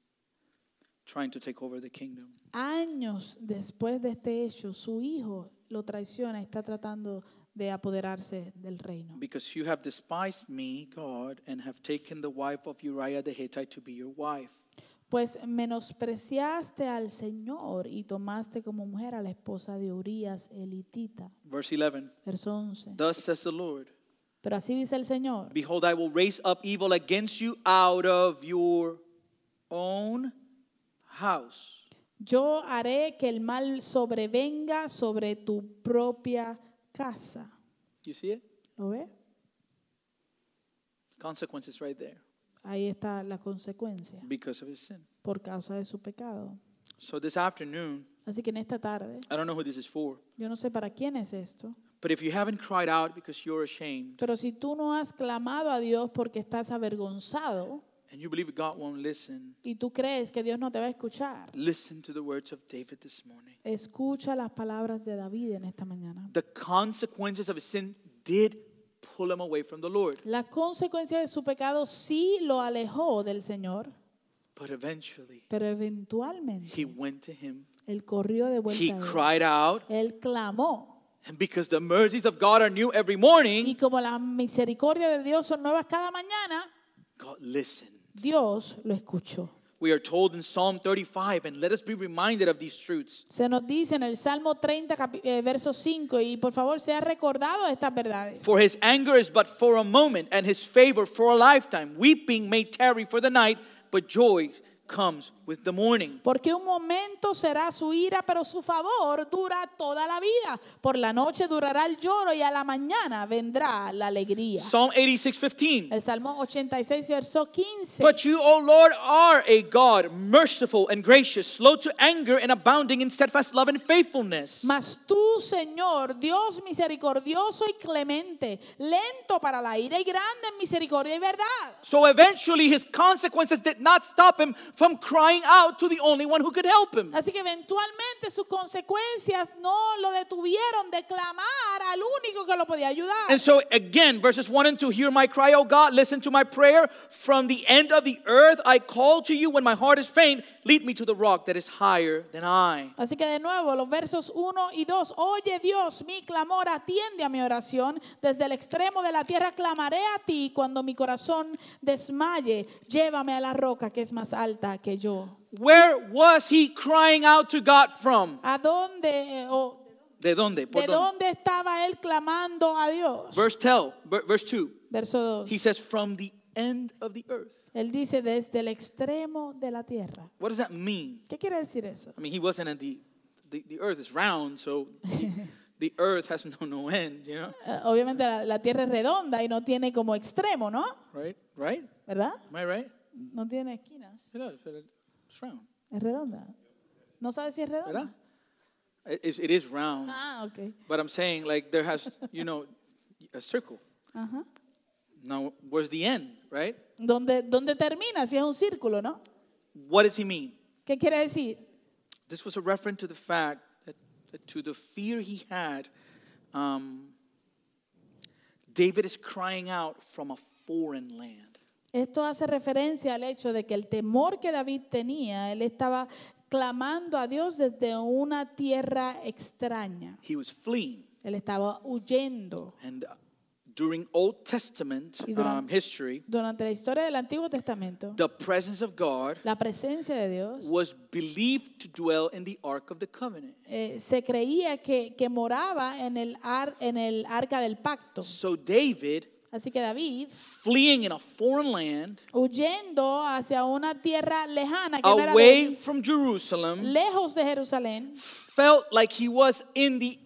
Speaker 2: trying to take over the kingdom.
Speaker 1: Años después de este hecho, su hijo lo traiciona, está tratando de apoderarse del reino.
Speaker 2: Because you have despised me, God, and have taken the wife of Uriah the Hittite to be your wife.
Speaker 1: Pues menospreciaste al Señor y tomaste como mujer a la esposa de Urías elitita.
Speaker 2: Verse 11
Speaker 1: Verso 11.
Speaker 2: Thus says the Lord
Speaker 1: Pero así dice el Señor.
Speaker 2: Behold, I will raise up evil against you out of your own house.
Speaker 1: Yo haré que el mal sobrevenga sobre tu propia casa.
Speaker 2: You see it?
Speaker 1: ¿Lo ve?
Speaker 2: Consequences right there
Speaker 1: Ahí está la consecuencia
Speaker 2: because of his sin.
Speaker 1: por causa de su pecado.
Speaker 2: So this afternoon,
Speaker 1: Así que en esta tarde,
Speaker 2: I don't know who this is for,
Speaker 1: yo no sé para quién es esto,
Speaker 2: but if you haven't cried out because you're ashamed
Speaker 1: pero si tú no has clamado a Dios porque estás avergonzado
Speaker 2: and you believe God won't listen,
Speaker 1: y tú crees que Dios no te va a escuchar,
Speaker 2: listen to the words of David this morning.
Speaker 1: escucha las palabras de David en esta mañana.
Speaker 2: The consequences of his sin did pull him away from the Lord,
Speaker 1: La consecuencia de su pecado sí lo alejó del Señor,
Speaker 2: but eventually
Speaker 1: pero eventualmente
Speaker 2: he went to him.
Speaker 1: él corrió de
Speaker 2: He
Speaker 1: vuelta. a él.
Speaker 2: cried out,
Speaker 1: Él clamó.
Speaker 2: and because the mercies of God are new every
Speaker 1: Y
Speaker 2: morning,
Speaker 1: como la misericordia de Dios son nuevas cada mañana,
Speaker 2: God listened.
Speaker 1: Dios lo escuchó.
Speaker 2: We are told in Psalm 35, and let us be reminded of these truths.
Speaker 1: Se nos dice en el Salmo 30, capi- eh, verso 5, y por favor sea recordado estas verdades.
Speaker 2: For his anger is but for a moment, and his favor for a lifetime. Weeping may tarry for the night, but joy comes with the morning.
Speaker 1: Porque un momento será su ira, pero su favor dura toda la vida. Por la noche durará el lloro y a la mañana vendrá la alegría.
Speaker 2: Psalm 86 15.
Speaker 1: El Salmo 86, verso 15.
Speaker 2: But you, O Lord, are a God, merciful and gracious, slow to anger and abounding in steadfast love and faithfulness.
Speaker 1: Mas tú, Señor, Dios misericordioso y clemente, lento para la ira y grande en misericordia y verdad.
Speaker 2: So eventually, his consequences did not stop him from crying out to the only one who could help him.
Speaker 1: Así que eventualmente sus consecuencias no lo detuvieron de clamar al único que lo podía ayudar.
Speaker 2: And so, again, verses 1 and 2 Hear my cry, O God, listen to my prayer. From the end of the earth, I call to you when my heart is faint. Lead me to the rock that is higher than I.
Speaker 1: Así que de nuevo, los versos 1 y 2. Oye Dios, mi clamor atiende a mi oración. Desde el extremo de la tierra clamaré a ti. Cuando mi corazón desmaye, llévame a la roca que es más alta que yo.
Speaker 2: Where was he crying out to God from?
Speaker 1: ¿A dónde eh, o
Speaker 2: De donde? Por
Speaker 1: de
Speaker 2: donde?
Speaker 1: dónde estaba él clamando a Dios?
Speaker 2: Verse, tell, ver- verse 2.
Speaker 1: Verso 2.
Speaker 2: He says, From the end of the earth.
Speaker 1: Él dice desde el extremo de la tierra.
Speaker 2: What does that mean?
Speaker 1: ¿Qué quiere decir eso?
Speaker 2: I mean, he wasn't at the, the, the earth is round, so the, the earth has no, no end, you know?
Speaker 1: Eh, obviamente la, la tierra es redonda y no tiene como extremo, ¿no?
Speaker 2: Right? Right?
Speaker 1: ¿Verdad?
Speaker 2: Am I right?
Speaker 1: No tiene esquinas.
Speaker 2: It is, it is- It's round.
Speaker 1: Es redonda. ¿No sabes si es redonda?
Speaker 2: ¿Verdad? It is, it is round,
Speaker 1: Ah, ok.
Speaker 2: but I'm saying like there has, you know, a circle.
Speaker 1: Ajá.
Speaker 2: Now, where's the end, right?
Speaker 1: ¿Dónde, dónde termina? Si es un círculo, ¿no?
Speaker 2: What does he mean?
Speaker 1: ¿Qué quiere decir?
Speaker 2: This was a reference to the fact that, that to the fear he had, um, David is crying out from a foreign land.
Speaker 1: Esto hace referencia al hecho de que el temor que David tenía, él estaba clamando a Dios desde una tierra extraña.
Speaker 2: He was fleeing,
Speaker 1: Él estaba huyendo.
Speaker 2: and uh, during Old Testament
Speaker 1: Y durante-
Speaker 2: um, history,
Speaker 1: Durante la historia del Antiguo Testamento,
Speaker 2: the presence of God
Speaker 1: la presencia de Dios
Speaker 2: was believed to dwell in the Ark of the Covenant.
Speaker 1: eh, se creía que, que moraba en el, ar- en el arca del pacto.
Speaker 2: So David
Speaker 1: Así que David,
Speaker 2: fleeing in a foreign land,
Speaker 1: huyendo hacia una tierra lejana, que no era de
Speaker 2: away
Speaker 1: él,
Speaker 2: from Jerusalem,
Speaker 1: lejos de Jerusalén,
Speaker 2: felt like he was in the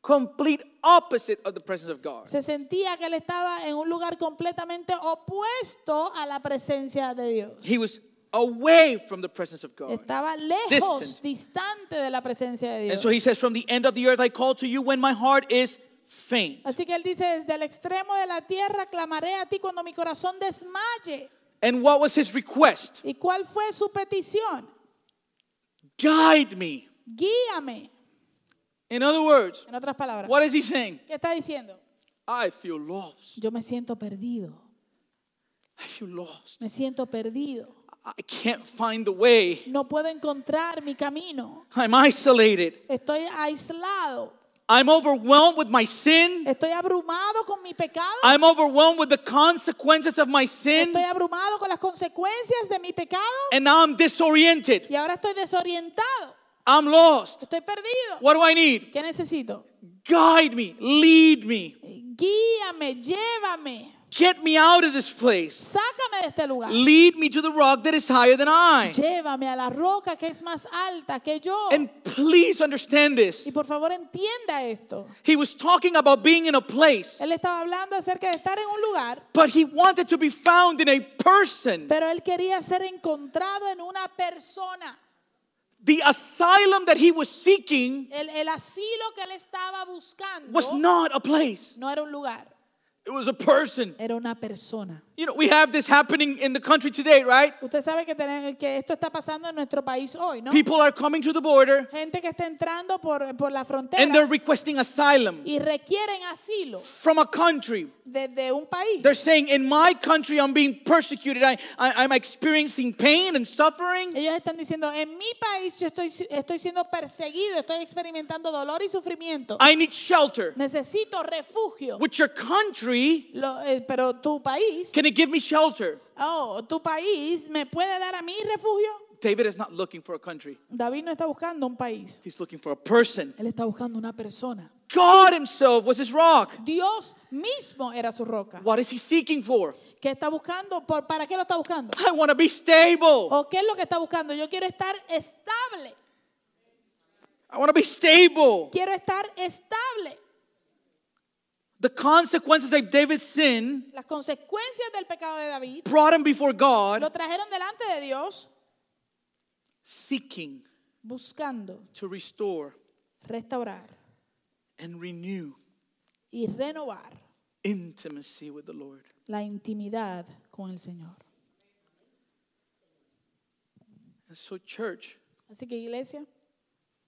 Speaker 2: complete opposite of the presence of God.
Speaker 1: se sentía que él estaba en un lugar completamente opuesto a la presencia de Dios.
Speaker 2: He was away from the presence of God.
Speaker 1: Estaba lejos, distante de la presencia de
Speaker 2: And
Speaker 1: Dios.
Speaker 2: so he says, From the end of the earth I call to you when my heart is faint.
Speaker 1: Así que él dice, desde el extremo de la tierra clamaré a ti cuando mi corazón desmaye.
Speaker 2: And what was his request?
Speaker 1: ¿Y cuál fue su petición?
Speaker 2: Guide me.
Speaker 1: Guíame.
Speaker 2: In other words,
Speaker 1: En otras palabras,
Speaker 2: what is he saying?
Speaker 1: ¿qué está diciendo?
Speaker 2: I feel lost.
Speaker 1: Yo me siento perdido.
Speaker 2: I feel lost.
Speaker 1: Me siento perdido.
Speaker 2: I can't find the way.
Speaker 1: No puedo encontrar mi camino.
Speaker 2: I'm isolated.
Speaker 1: Estoy aislado.
Speaker 2: I'm overwhelmed with my sin.
Speaker 1: Estoy abrumado con mi pecado.
Speaker 2: I'm overwhelmed with the consequences of my sin,
Speaker 1: Estoy abrumado con las consecuencias de mi pecado.
Speaker 2: and now I'm disoriented.
Speaker 1: Y ahora estoy desorientado.
Speaker 2: I'm lost.
Speaker 1: Estoy perdido.
Speaker 2: What do I need?
Speaker 1: ¿Qué necesito?
Speaker 2: Guide me, lead me,
Speaker 1: Guíame, llévame.
Speaker 2: get me out of this place,
Speaker 1: Sácame de este lugar.
Speaker 2: lead me to the rock that is higher than I.
Speaker 1: Llévame a la roca que es más alta que yo.
Speaker 2: And please understand this.
Speaker 1: Y por favor entienda esto.
Speaker 2: He was talking about being in a place,
Speaker 1: Él estaba hablando acerca de estar en un lugar,
Speaker 2: but he wanted to be found in a person.
Speaker 1: pero él quería ser encontrado en una persona.
Speaker 2: The asylum that he was seeking
Speaker 1: El, el asilo que él estaba buscando
Speaker 2: was not a place,
Speaker 1: no era un lugar,
Speaker 2: it was a person.
Speaker 1: era una persona.
Speaker 2: You know, we have this happening in the country today, right?
Speaker 1: Usted sabe que, tenemos- que esto está pasando en nuestro país hoy, ¿no?
Speaker 2: People are coming to the border
Speaker 1: Gente que está entrando por, por la
Speaker 2: and they're
Speaker 1: frontera
Speaker 2: requesting asylum
Speaker 1: y requieren asilo
Speaker 2: from a country.
Speaker 1: desde un país.
Speaker 2: They're saying, In my country, I'm being persecuted. I, I, I'm experiencing pain and suffering.
Speaker 1: Ellos están diciendo, en mi país yo estoy, estoy siendo perseguido, estoy experimentando dolor y sufrimiento.
Speaker 2: I need shelter.
Speaker 1: Necesito refugio.
Speaker 2: Which your country
Speaker 1: Lo- eh, pero tu país
Speaker 2: Can it give me shelter?
Speaker 1: Oh, tu país me puede dar a mí refugio.
Speaker 2: David is not looking for a country,
Speaker 1: David no está buscando un país.
Speaker 2: he's looking for a person.
Speaker 1: Él está buscando una persona.
Speaker 2: God Himself was his rock.
Speaker 1: Dios mismo era su roca.
Speaker 2: What is he seeking for?
Speaker 1: ¿Qué está buscando? ¿Por, ¿Para qué lo está buscando?
Speaker 2: I want to be stable.
Speaker 1: ¿O qué es lo que está buscando? Yo quiero estar estable.
Speaker 2: I want to be stable.
Speaker 1: Quiero estar estable.
Speaker 2: The consequences of David's sin
Speaker 1: Las consecuencias del pecado de David
Speaker 2: brought him before God,
Speaker 1: lo trajeron delante de Dios
Speaker 2: seeking
Speaker 1: buscando
Speaker 2: to restore
Speaker 1: restaurar
Speaker 2: and renew
Speaker 1: y renovar
Speaker 2: intimacy with the Lord.
Speaker 1: la intimidad con el Señor.
Speaker 2: And so, church,
Speaker 1: Así que iglesia,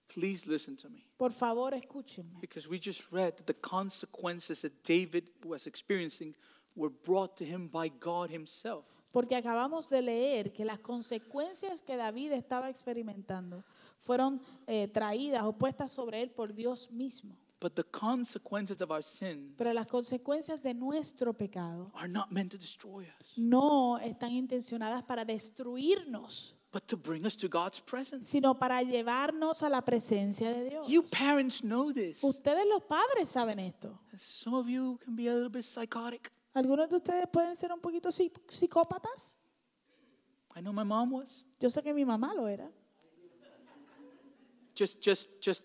Speaker 2: please listen to me.
Speaker 1: por favor escúchenme.
Speaker 2: Because we just read that the consequences that David was experiencing were brought to him by God Himself.
Speaker 1: Porque acabamos de leer que las consecuencias que David estaba experimentando fueron eh, traídas o puestas sobre él por Dios mismo.
Speaker 2: But the consequences of our sin
Speaker 1: Pero las consecuencias de nuestro pecado
Speaker 2: are not meant to destroy us,
Speaker 1: no están intencionadas para destruirnos,
Speaker 2: but to bring us to God's presence.
Speaker 1: sino para llevarnos a la presencia de Dios.
Speaker 2: You parents know this.
Speaker 1: Ustedes los padres saben esto.
Speaker 2: Some of you can be a little bit psychotic.
Speaker 1: Algunos de ustedes pueden ser un poquito psi- psicópatas.
Speaker 2: I know my mom was.
Speaker 1: Yo sé que mi mamá lo era.
Speaker 2: Just, just, just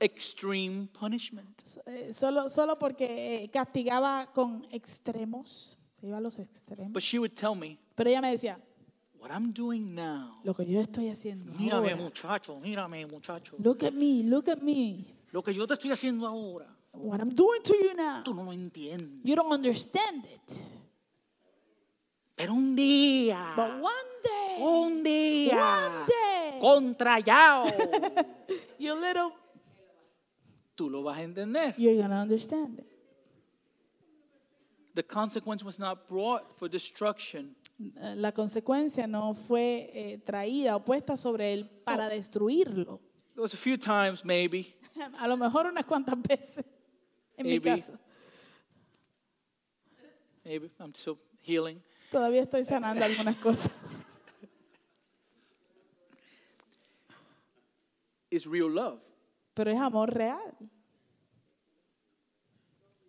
Speaker 2: extreme punishment.
Speaker 1: So- eh, Solo, solo porque eh, castigaba con extremos. Se iba a los extremos.
Speaker 2: But she would tell me,
Speaker 1: Pero ella me decía,
Speaker 2: what I'm doing now.
Speaker 1: lo que yo estoy haciendo
Speaker 2: Mírame,
Speaker 1: ahora,
Speaker 2: muchacho, mírame, muchacho.
Speaker 1: Look at me, look at me.
Speaker 2: Lo que yo te estoy haciendo ahora,
Speaker 1: What I'm doing to you now.
Speaker 2: tú no lo entiendes.
Speaker 1: You don't understand it.
Speaker 2: Pero un día,
Speaker 1: But one day,
Speaker 2: un día,
Speaker 1: one day,
Speaker 2: contra Yao,
Speaker 1: you little,
Speaker 2: tú lo vas a entender.
Speaker 1: you're gonna understand it.
Speaker 2: The consequence was not brought for destruction,
Speaker 1: Eh, La consecuencia no fue eh, traída o puesta sobre él para destruirlo.
Speaker 2: There was a few times, maybe,
Speaker 1: A lo mejor unas cuantas veces en mi
Speaker 2: Maybe.
Speaker 1: casa.
Speaker 2: maybe I'm still healing,
Speaker 1: Todavía estoy sanando algunas cosas.
Speaker 2: is real love.
Speaker 1: Pero es amor real.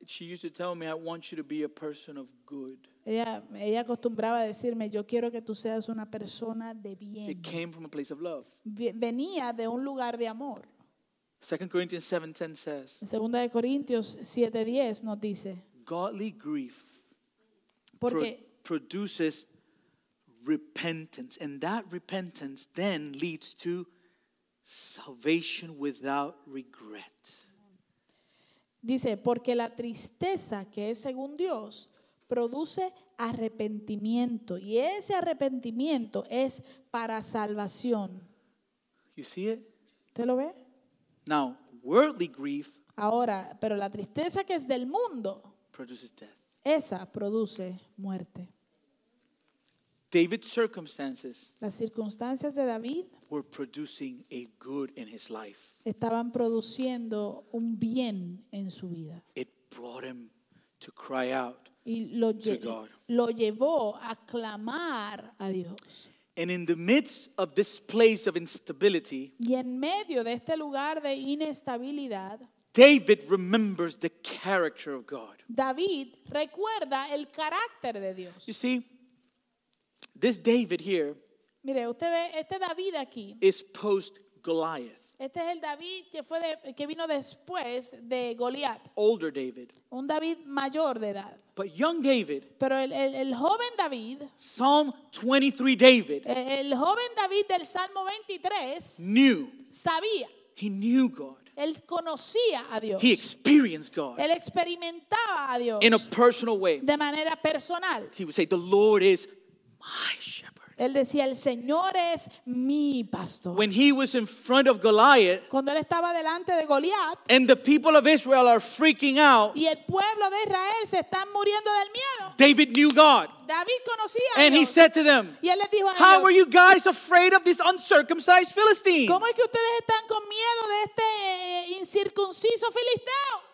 Speaker 2: She used to tell me, I want you to be a person of good.
Speaker 1: Ella, ella acostumbraba a decirme, yo quiero que tú seas una persona de bien.
Speaker 2: It came from a place of love.
Speaker 1: Ve- Venía de un lugar de amor.
Speaker 2: 2 Corinthians 7:10 says,
Speaker 1: En 2 de Corintios 7:10 nos dice,
Speaker 2: Godly grief pro-
Speaker 1: porque
Speaker 2: produces repentance, and that repentance then leads to salvation without regret.
Speaker 1: dice, porque la tristeza que es según Dios produce arrepentimiento y ese arrepentimiento es para salvación.
Speaker 2: You see it?
Speaker 1: ¿Usted lo ve?
Speaker 2: Now, worldly grief
Speaker 1: Ahora, pero la tristeza que es del mundo,
Speaker 2: produces death.
Speaker 1: esa produce muerte.
Speaker 2: David's circumstances
Speaker 1: Las circunstancias de David
Speaker 2: were producing a good in his life.
Speaker 1: estaban produciendo un bien en su vida
Speaker 2: It brought him to cry out.
Speaker 1: y lo, lle-
Speaker 2: To God.
Speaker 1: lo llevó a clamar a Dios.
Speaker 2: And in the midst of this place of instability,
Speaker 1: Y en medio de este lugar de inestabilidad,
Speaker 2: David remembers the character of God.
Speaker 1: David recuerda el carácter de
Speaker 2: You
Speaker 1: Dios.
Speaker 2: see, this David here
Speaker 1: Mire, usted ve este David aquí.
Speaker 2: is post Goliath,
Speaker 1: Este es el David que fue de- que vino después de Goliat,
Speaker 2: older David.
Speaker 1: un David mayor de edad.
Speaker 2: But young David,
Speaker 1: Pero el, el- el joven David,
Speaker 2: Psalm 23 David
Speaker 1: eh, el joven David del Salmo 23
Speaker 2: knew.
Speaker 1: sabía,
Speaker 2: He knew God.
Speaker 1: él conocía a Dios,
Speaker 2: He experienced God
Speaker 1: él experimentaba a Dios
Speaker 2: in a personal way.
Speaker 1: de manera personal.
Speaker 2: He would say, The Lord is my shepherd.
Speaker 1: Él decía, el Señor es mi pastor.
Speaker 2: When he was in front of Goliath
Speaker 1: Cuando él estaba delante de Goliat
Speaker 2: and the people of Israel are freaking out,
Speaker 1: y el pueblo de Israel se están muriendo del miedo,
Speaker 2: David knew God.
Speaker 1: David conocía a
Speaker 2: And he
Speaker 1: Dios.
Speaker 2: said to them,
Speaker 1: y él les dijo a
Speaker 2: How
Speaker 1: ellos,
Speaker 2: are you guys afraid of this uncircumcised Philistine?
Speaker 1: ¿cómo es que ustedes están con miedo de este eh, incircunciso filisteo?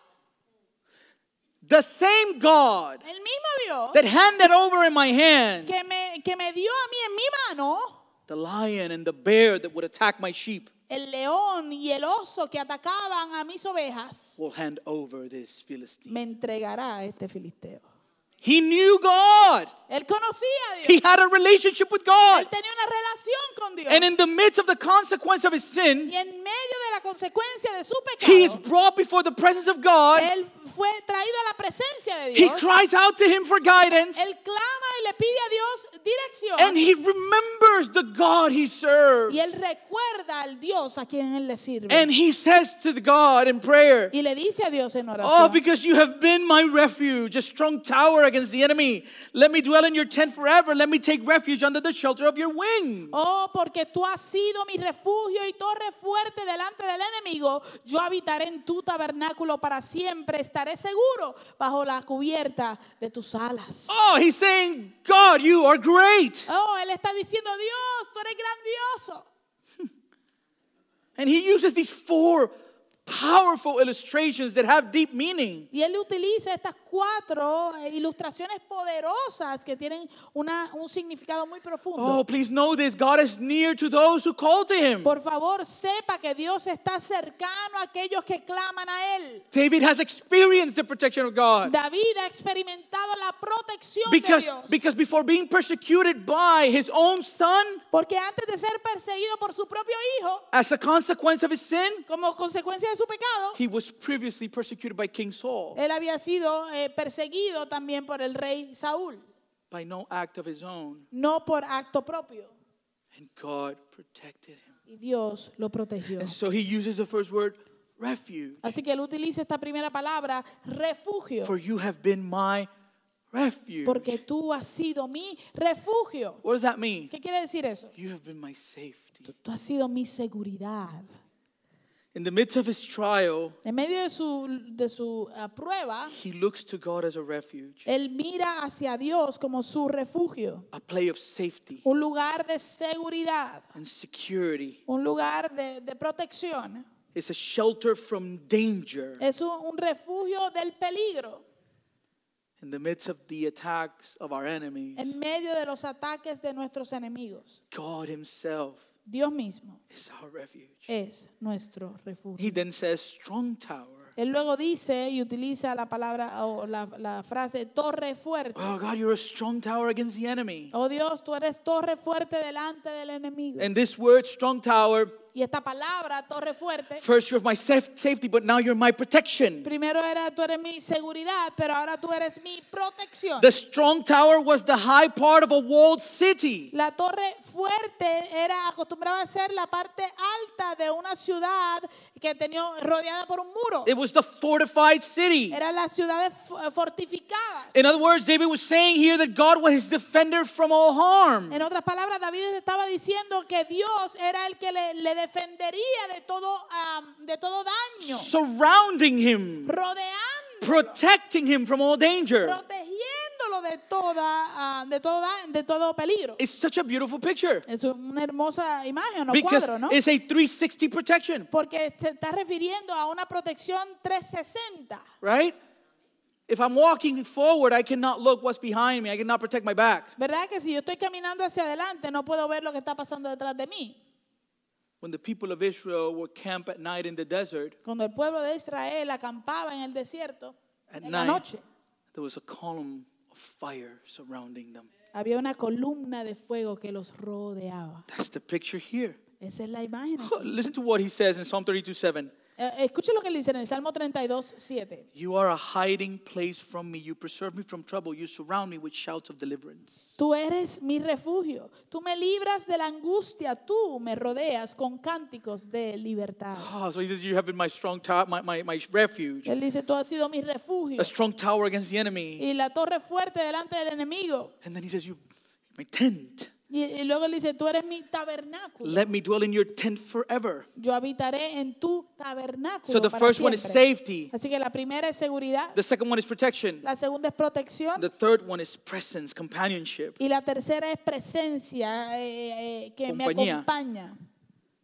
Speaker 2: The same God
Speaker 1: El mismo Dios
Speaker 2: that handed over in my hand
Speaker 1: que me, que me dio a mí en mi mano
Speaker 2: the lion and the bear that would attack my sheep
Speaker 1: el león y el oso que atacaban a mis ovejas,
Speaker 2: will hand over this Philistine.
Speaker 1: me entregará a este filisteo.
Speaker 2: He knew God.
Speaker 1: Él conocía a Dios.
Speaker 2: He had a relationship with God.
Speaker 1: Él tenía una relación con Dios.
Speaker 2: And in the midst of the consequence of his sin,
Speaker 1: y en medio de la consecuencia de su
Speaker 2: he is
Speaker 1: pecado,
Speaker 2: brought before the presence of God.
Speaker 1: él fue traído a la presencia de
Speaker 2: He
Speaker 1: Dios.
Speaker 2: cries out to him for guidance.
Speaker 1: Él clama y le pide a Dios dirección.
Speaker 2: And he remembers the God he serves.
Speaker 1: y él recuerda al Dios a quien él le sirve.
Speaker 2: And he says to the God in prayer,
Speaker 1: y le dice a Dios en oración.
Speaker 2: Oh, because you have been my refuge, a strong tower against the enemy. Let me dwell in your tent forever. Let me take refuge under the shelter of your wings.
Speaker 1: Oh, porque tú has sido mi refugio y torre fuerte delante del enemigo. Yo habitaré en tu tabernáculo para siempre. Estaré seguro bajo la cubierta de tus alas.
Speaker 2: Oh, he's saying, God, you are great.
Speaker 1: Oh, él está diciendo, Dios, tú eres grandioso.
Speaker 2: And he uses these four powerful illustrations that have deep meaning.
Speaker 1: Y él utiliza estas cuatro eh, ilustraciones poderosas que tienen una- un significado muy
Speaker 2: Oh,
Speaker 1: profundo.
Speaker 2: please know this God is near to those who call to him.
Speaker 1: Por favor, sepa que Dios está cercano a aquellos que claman a Él.
Speaker 2: David has experienced the protection of God.
Speaker 1: David ha experimentado la protección de
Speaker 2: Because,
Speaker 1: Dios.
Speaker 2: because before being persecuted by his own son,
Speaker 1: Porque antes de ser perseguido por su propio hijo,
Speaker 2: as a consequence of his sin,
Speaker 1: como consecuencia de su pecado,
Speaker 2: he was previously persecuted by King Saul
Speaker 1: él había sido eh, perseguido también por el rey Saúl,
Speaker 2: by no act of his own.
Speaker 1: no por acto propio.
Speaker 2: And God protected him.
Speaker 1: Y Dios lo protegió.
Speaker 2: And so he uses the first word, refuge.
Speaker 1: Así que él utiliza esta primera palabra, refugio,
Speaker 2: For you have been my refuge.
Speaker 1: porque tú has sido mi refugio.
Speaker 2: What does that mean?
Speaker 1: ¿Qué quiere decir eso?
Speaker 2: You have been my safety.
Speaker 1: Tú has sido mi seguridad.
Speaker 2: In the midst of his trial,
Speaker 1: En medio de su, de su ah, prueba,
Speaker 2: he looks to God as a refuge,
Speaker 1: él mira hacia Dios como su refugio,
Speaker 2: a play of safety
Speaker 1: un lugar de seguridad.
Speaker 2: and security.
Speaker 1: un lugar de, de protección.
Speaker 2: It's a shelter from danger
Speaker 1: Es un, un refugio del peligro
Speaker 2: in the midst of the attacks of our enemies.
Speaker 1: en medio de los ataques de nuestros enemigos.
Speaker 2: God himself
Speaker 1: Dios mismo
Speaker 2: is our refuge.
Speaker 1: es nuestro refugio.
Speaker 2: He then says, strong tower.
Speaker 1: Él luego dice y utiliza la palabra o la, la frase torre fuerte.
Speaker 2: Oh, God, you're a strong tower against the enemy.
Speaker 1: Oh Dios, tú eres torre fuerte delante del enemigo.
Speaker 2: And this word, strong tower,
Speaker 1: Y esta palabra, torre fuerte,
Speaker 2: first you're my saf- safety, but now you're my protection.
Speaker 1: primero era tú eres mi seguridad, pero ahora tú eres mi protección.
Speaker 2: The strong tower was the high part of a walled city.
Speaker 1: La torre fuerte era acostumbraba a ser la parte alta de una ciudad que tenía rodeada por un muro.
Speaker 2: It was the fortified city.
Speaker 1: Eran las ciudades fu- eh, fortificadas.
Speaker 2: In other words, David was saying here that God was his defender from all harm.
Speaker 1: En otras palabras, David estaba diciendo que Dios era el que le, le defendería de todo, am, de todo daño,
Speaker 2: Surrounding him,
Speaker 1: rodeando,
Speaker 2: protecting him from all danger.
Speaker 1: protegiéndolo de toda, ah, de todo, da- de todo peligro.
Speaker 2: It's such a beautiful picture
Speaker 1: Es una hermosa imagen o
Speaker 2: because
Speaker 1: cuadro, ¿no?
Speaker 2: it's a 360 protection,
Speaker 1: Porque se está refiriendo a una protección 360.
Speaker 2: right? If I'm walking forward, I cannot look what's behind me. I cannot protect my back.
Speaker 1: ¿Verdad que si yo estoy caminando hacia adelante no puedo ver lo que está pasando detrás de mí?
Speaker 2: When the people of Israel would camp at night in the desert,
Speaker 1: Cuando el pueblo de Israel acampaba en el desierto,
Speaker 2: At
Speaker 1: en la
Speaker 2: night.
Speaker 1: noche,
Speaker 2: there was a column of fire surrounding them.
Speaker 1: había una columna de fuego que los rodeaba.
Speaker 2: That's the picture here.
Speaker 1: Esa es la imagen. aquí.
Speaker 2: Listen to what he says in Psalm 32 7.
Speaker 1: Eh, Escuchen lo que le dice en el Salmo 32, 7.
Speaker 2: You are a hiding place from me. You preserve me from trouble. You surround me with shouts of deliverance.
Speaker 1: Tú eres mi refugio, tú me libras de la angustia, tú me rodeas con cánticos de libertad.
Speaker 2: Oh, so he says, You have been my strong tower, my, my, my refuge,
Speaker 1: Él dice, tú has sido mi refugio
Speaker 2: a strong tower against the enemy.
Speaker 1: y la torre fuerte delante del enemigo.
Speaker 2: And then he says, You, my tent.
Speaker 1: Y, y luego él dice, tú eres mi tabernáculo.
Speaker 2: Let me dwell in your tent forever.
Speaker 1: Yo habitaré en tu tabernáculo.
Speaker 2: So the
Speaker 1: para
Speaker 2: first one is
Speaker 1: siempre.
Speaker 2: safety.
Speaker 1: Así que la primera es seguridad,
Speaker 2: The second one is protection.
Speaker 1: la segunda es protección
Speaker 2: The third one is presence, companionship.
Speaker 1: y la tercera es presencia eh, eh, que me
Speaker 2: Compañía.
Speaker 1: acompaña.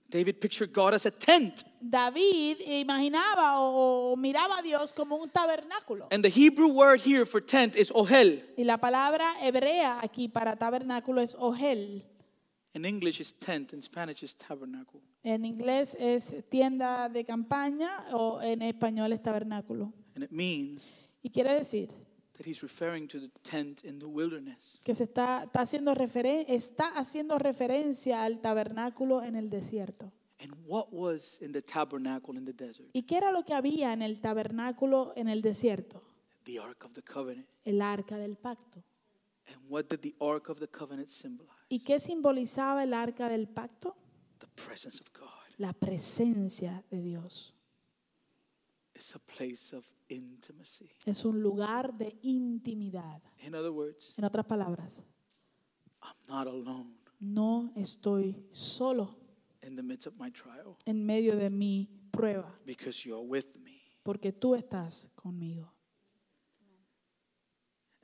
Speaker 2: David pictured God as a tent.
Speaker 1: David imaginaba o, o miraba a Dios como un tabernáculo.
Speaker 2: And the Hebrew word here for tent is ohel.
Speaker 1: Y la palabra hebrea aquí para tabernáculo es ogel.
Speaker 2: In English is tent, in Spanish is tabernacle.
Speaker 1: En inglés es tienda de campaña o en español es tabernáculo.
Speaker 2: And it means
Speaker 1: Y quiere decir
Speaker 2: that he's referring to the tent in the wilderness.
Speaker 1: que se está, está haciendo referen- está haciendo referencia al tabernáculo en el desierto.
Speaker 2: And what was in the tabernacle in the desert?
Speaker 1: ¿Y qué era lo que había en el tabernáculo en el desierto?
Speaker 2: The Ark of the Covenant.
Speaker 1: El arca del pacto.
Speaker 2: And what did the Ark of the Covenant symbolize?
Speaker 1: ¿Y qué simbolizaba el arca del pacto?
Speaker 2: The presence of God.
Speaker 1: La presencia de Dios.
Speaker 2: It's a place of intimacy.
Speaker 1: Es un lugar de intimidad.
Speaker 2: In other words,
Speaker 1: En otras palabras,
Speaker 2: I'm not alone
Speaker 1: no estoy solo
Speaker 2: in the midst of my trial
Speaker 1: en medio de mi prueba,
Speaker 2: because you're with me.
Speaker 1: porque tú estás conmigo.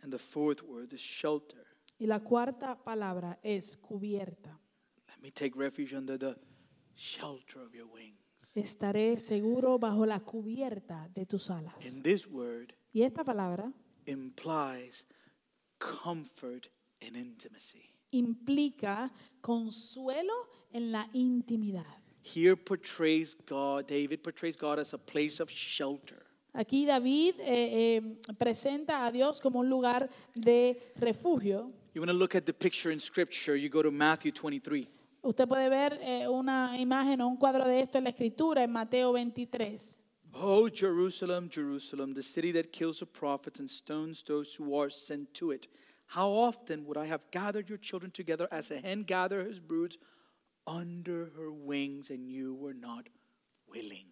Speaker 2: And the fourth word is shelter.
Speaker 1: Y la cuarta palabra es cubierta.
Speaker 2: Let me take refuge under the shelter of your wings.
Speaker 1: Estaré seguro bajo la cubierta de tus alas.
Speaker 2: And this word
Speaker 1: Y esta palabra
Speaker 2: implies comfort and intimacy.
Speaker 1: implica consuelo en la intimidad.
Speaker 2: Here portrays God, David portrays God as a place of shelter.
Speaker 1: Aquí David eh, eh, presenta a Dios como un lugar de refugio.
Speaker 2: You want to look at the picture in scripture, you go to Matthew 23.
Speaker 1: Usted puede ver eh, una imagen o un cuadro de esto en la escritura en Mateo 23.
Speaker 2: Oh, Jerusalem, Jerusalem, the city that kills the prophets and stones those who are sent to it. How often would I have gathered your children together as a hen gathers his broods under her wings, and you were not willing?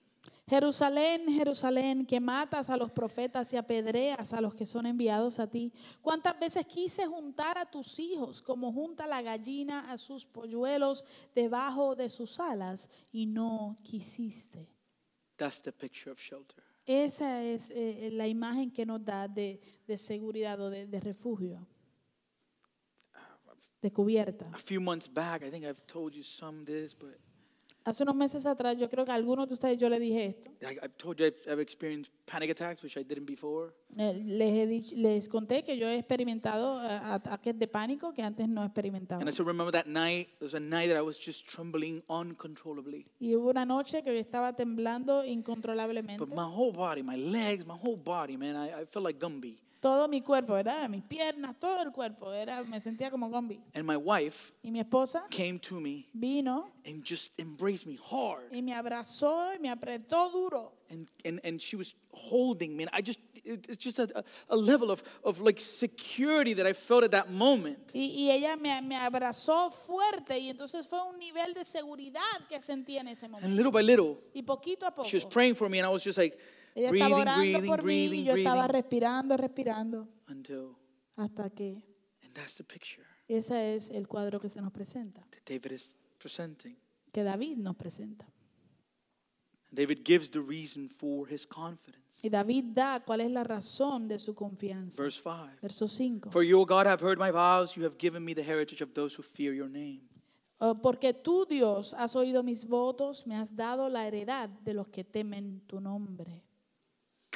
Speaker 1: Jerusalén, Jerusalén, que matas a los profetas y apedreas a los que son enviados a ti. ¿Cuántas veces quise juntar a tus hijos como junta la gallina a sus polluelos debajo de sus alas y no quisiste?
Speaker 2: That's the picture of shelter.
Speaker 1: Esa es eh, la imagen que nos da de, de seguridad o de, de refugio, de cubierta.
Speaker 2: A few months back, I think I've told you some this, but
Speaker 1: Hace unos meses atrás, yo creo que a algunos de ustedes yo le dije esto.
Speaker 2: I, I've told you I've, I've experienced panic attacks, which I didn't before.
Speaker 1: Eh, Les, he dich- les conté que yo he experimentado eh, ataques de pánico que antes no experimentaba.
Speaker 2: And I still remember that night. There was a night that I was just trembling uncontrollably.
Speaker 1: Y hubo una noche que yo estaba temblando incontrolablemente.
Speaker 2: But my whole body, my legs, my whole body, man, I, I felt like Gumby.
Speaker 1: Todo mi cuerpo, ¿verdad? Mis piernas, todo el cuerpo. Era, me sentía como zombie.
Speaker 2: And my wife
Speaker 1: Y mi esposa
Speaker 2: came to me
Speaker 1: vino
Speaker 2: and just embraced me hard.
Speaker 1: y me abrazó y me apretó duro.
Speaker 2: And, and, and she was holding me. And I just, it, it's just a, a- a level of, of like security that I felt at that moment.
Speaker 1: Y, y ella me, me abrazó fuerte y entonces fue un nivel de seguridad que sentía en ese
Speaker 2: And
Speaker 1: momento.
Speaker 2: little by little,
Speaker 1: Y poquito a poco.
Speaker 2: she was praying for me. And I was just like
Speaker 1: Ella
Speaker 2: breathing,
Speaker 1: estaba orando
Speaker 2: breathing,
Speaker 1: por mí
Speaker 2: breathing,
Speaker 1: y yo estaba
Speaker 2: breathing.
Speaker 1: respirando, respirando.
Speaker 2: Until,
Speaker 1: Hasta que
Speaker 2: and that's the picture
Speaker 1: ese es el cuadro que se nos presenta,
Speaker 2: that David is presenting.
Speaker 1: que David nos presenta.
Speaker 2: David gives the reason for his confidence.
Speaker 1: Y David da cuál es la razón de su confianza.
Speaker 2: Verse 5.
Speaker 1: Verso 5.
Speaker 2: For you, O God, have heard my vows. You have given me the heritage of those who fear your name.
Speaker 1: Oh, Porque tú, Dios, has oído mis votos, me has dado la heredad de los que temen tu nombre.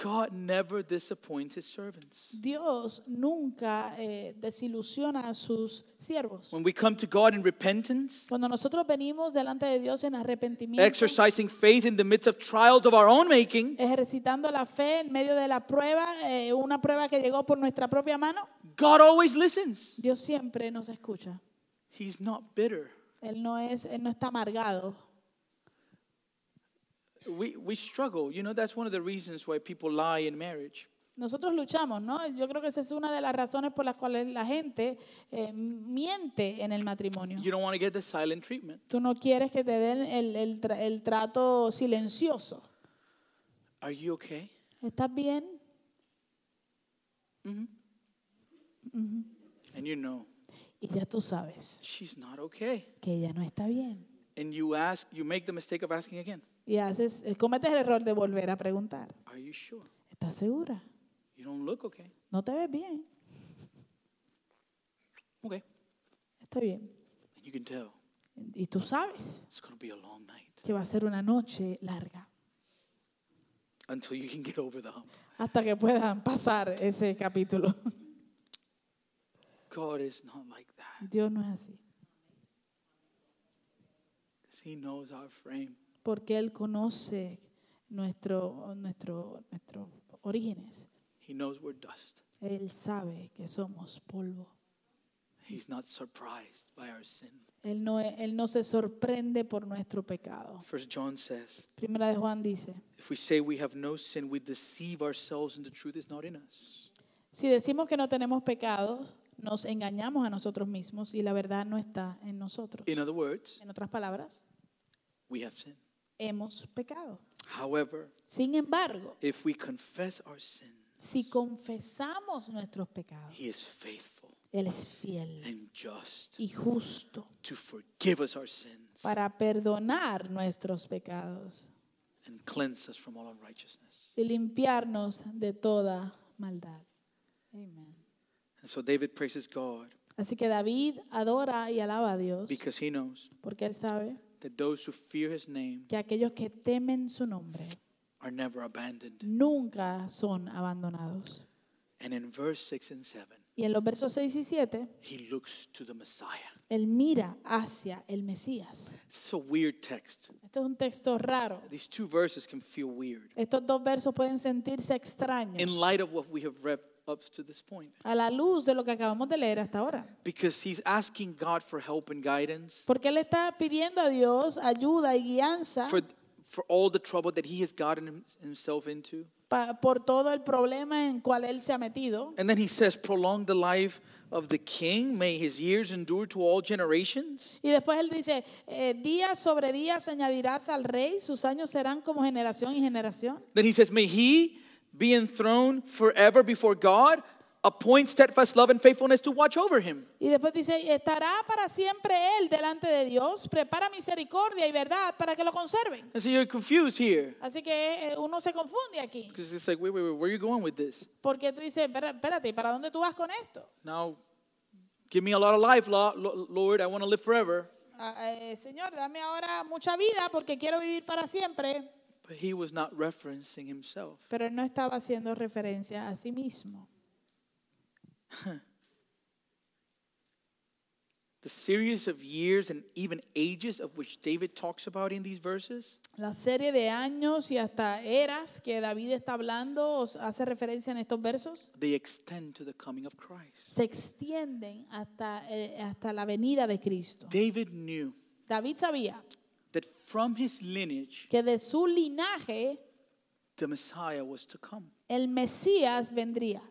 Speaker 2: God never disappoints his servants.
Speaker 1: Dios nunca eh, desilusiona a sus siervos.
Speaker 2: When we come to God in repentance,
Speaker 1: Cuando nosotros venimos delante de Dios en arrepentimiento,
Speaker 2: exercising faith in the midst of trials of our own making,
Speaker 1: ejercitando la fe en medio de la prueba, eh, una prueba que llegó por nuestra propia mano,
Speaker 2: God always listens.
Speaker 1: Dios siempre nos escucha.
Speaker 2: He's not bitter.
Speaker 1: Él no es, él no está amargado.
Speaker 2: We, we struggle. You know, that's one of the reasons why people lie in marriage.
Speaker 1: Nosotros luchamos, ¿no? Yo creo que esa es una de las razones por las cuales la gente eh, miente en el matrimonio.
Speaker 2: You don't want to get the silent treatment.
Speaker 1: Tú no quieres que te den el, el tra- el trato silencioso.
Speaker 2: Are you okay?
Speaker 1: ¿Estás bien?
Speaker 2: Mm-hmm. And you know,
Speaker 1: Y ya tú sabes
Speaker 2: she's not okay.
Speaker 1: que ella no está bien.
Speaker 2: And you ask, you make the mistake of asking again.
Speaker 1: Y haces, eh, cometes el error de volver a preguntar.
Speaker 2: Are you sure?
Speaker 1: ¿Estás segura?
Speaker 2: You don't look okay.
Speaker 1: No te ves bien.
Speaker 2: Okay.
Speaker 1: Está bien.
Speaker 2: And you can tell
Speaker 1: Y tú sabes
Speaker 2: it's going to be a long night.
Speaker 1: que va a ser una noche larga
Speaker 2: until you can get over the hump.
Speaker 1: hasta que puedan pasar ese capítulo.
Speaker 2: God is not like that
Speaker 1: Dios no es así,
Speaker 2: 'cause He knows our frame.
Speaker 1: porque Él conoce nuestro, nuestro, nuestros orígenes.
Speaker 2: He knows we're dust.
Speaker 1: Él sabe que somos polvo.
Speaker 2: He's not surprised by our sin.
Speaker 1: Él no, él no se sorprende por nuestro pecado.
Speaker 2: First John says,
Speaker 1: Primera de Juan dice,
Speaker 2: if we say we have no sin, we deceive ourselves and the truth is not in us.
Speaker 1: si decimos que no tenemos pecado, nos engañamos a nosotros mismos y la verdad no está en nosotros.
Speaker 2: In other words,
Speaker 1: En otras palabras,
Speaker 2: we have sin.
Speaker 1: hemos pecado.
Speaker 2: However,
Speaker 1: Sin embargo,
Speaker 2: if we confess our sin,
Speaker 1: si confesamos nuestros pecados,
Speaker 2: He is faithful
Speaker 1: Él es fiel
Speaker 2: and just
Speaker 1: y justo
Speaker 2: to forgive us our sins
Speaker 1: para perdonar nuestros pecados
Speaker 2: and cleanse us from all unrighteousness.
Speaker 1: y limpiarnos de toda maldad. Amén.
Speaker 2: And so David praises God
Speaker 1: Así que David adora y alaba a Dios
Speaker 2: because he knows
Speaker 1: porque él sabe
Speaker 2: that those who fear his name
Speaker 1: que aquellos que temen su nombre
Speaker 2: are never abandoned.
Speaker 1: nunca son abandonados.
Speaker 2: And in verse 6 and 7,
Speaker 1: Y en los versos 6 y 7,
Speaker 2: he looks to the Messiah.
Speaker 1: él mira hacia el Mesías.
Speaker 2: It's a weird text.
Speaker 1: Esto es un texto raro.
Speaker 2: These two verses can feel weird
Speaker 1: Estos dos versos pueden sentirse
Speaker 2: in
Speaker 1: extraños
Speaker 2: light of what we have read up to this point.
Speaker 1: a la luz de lo que acabamos de leer hasta ahora.
Speaker 2: Because he's asking God for help and guidance
Speaker 1: Porque él está pidiendo a Dios ayuda y guianza
Speaker 2: for, for all the trouble that he has gotten him- himself into.
Speaker 1: pa- por todo el problema en cual él se ha metido.
Speaker 2: And then he says, Prolong the life of the king. May his years endure to all generations.
Speaker 1: Y después él dice, eh, día sobre día se añadirás al rey, sus años serán como generación y generación.
Speaker 2: Then he says, May he be enthroned forever before God. Appoint steadfast love and faithfulness to watch over him.
Speaker 1: Y después dice, "Y estará para siempre él delante de Dios, prepara misericordia y verdad para que lo conserven.
Speaker 2: And so you're confused here
Speaker 1: Así que eh, uno se confunde aquí,
Speaker 2: because it's like, wait, wait, wait, where are you going with this?
Speaker 1: porque tú dices, "Espera- espérate, ¿y para dónde tú vas con esto?
Speaker 2: Now, give me a lot of life, Lo- Lo- Lord. I want to live forever.
Speaker 1: Ah, eh, señor, dame ahora mucha vida porque quiero vivir para siempre.
Speaker 2: But he was not referencing himself.
Speaker 1: Pero él no estaba haciendo referencia a sí mismo.
Speaker 2: The series of years and even ages of which David talks about in these verses
Speaker 1: La serie de años y hasta eras que David está hablando o hace referencia en estos versos
Speaker 2: they extend to the coming of Christ.
Speaker 1: se extienden hasta, eh, hasta la venida de Cristo.
Speaker 2: David knew
Speaker 1: David sabía
Speaker 2: that from his lineage,
Speaker 1: que de su linaje
Speaker 2: the Messiah was to come.
Speaker 1: el Mesías vendría.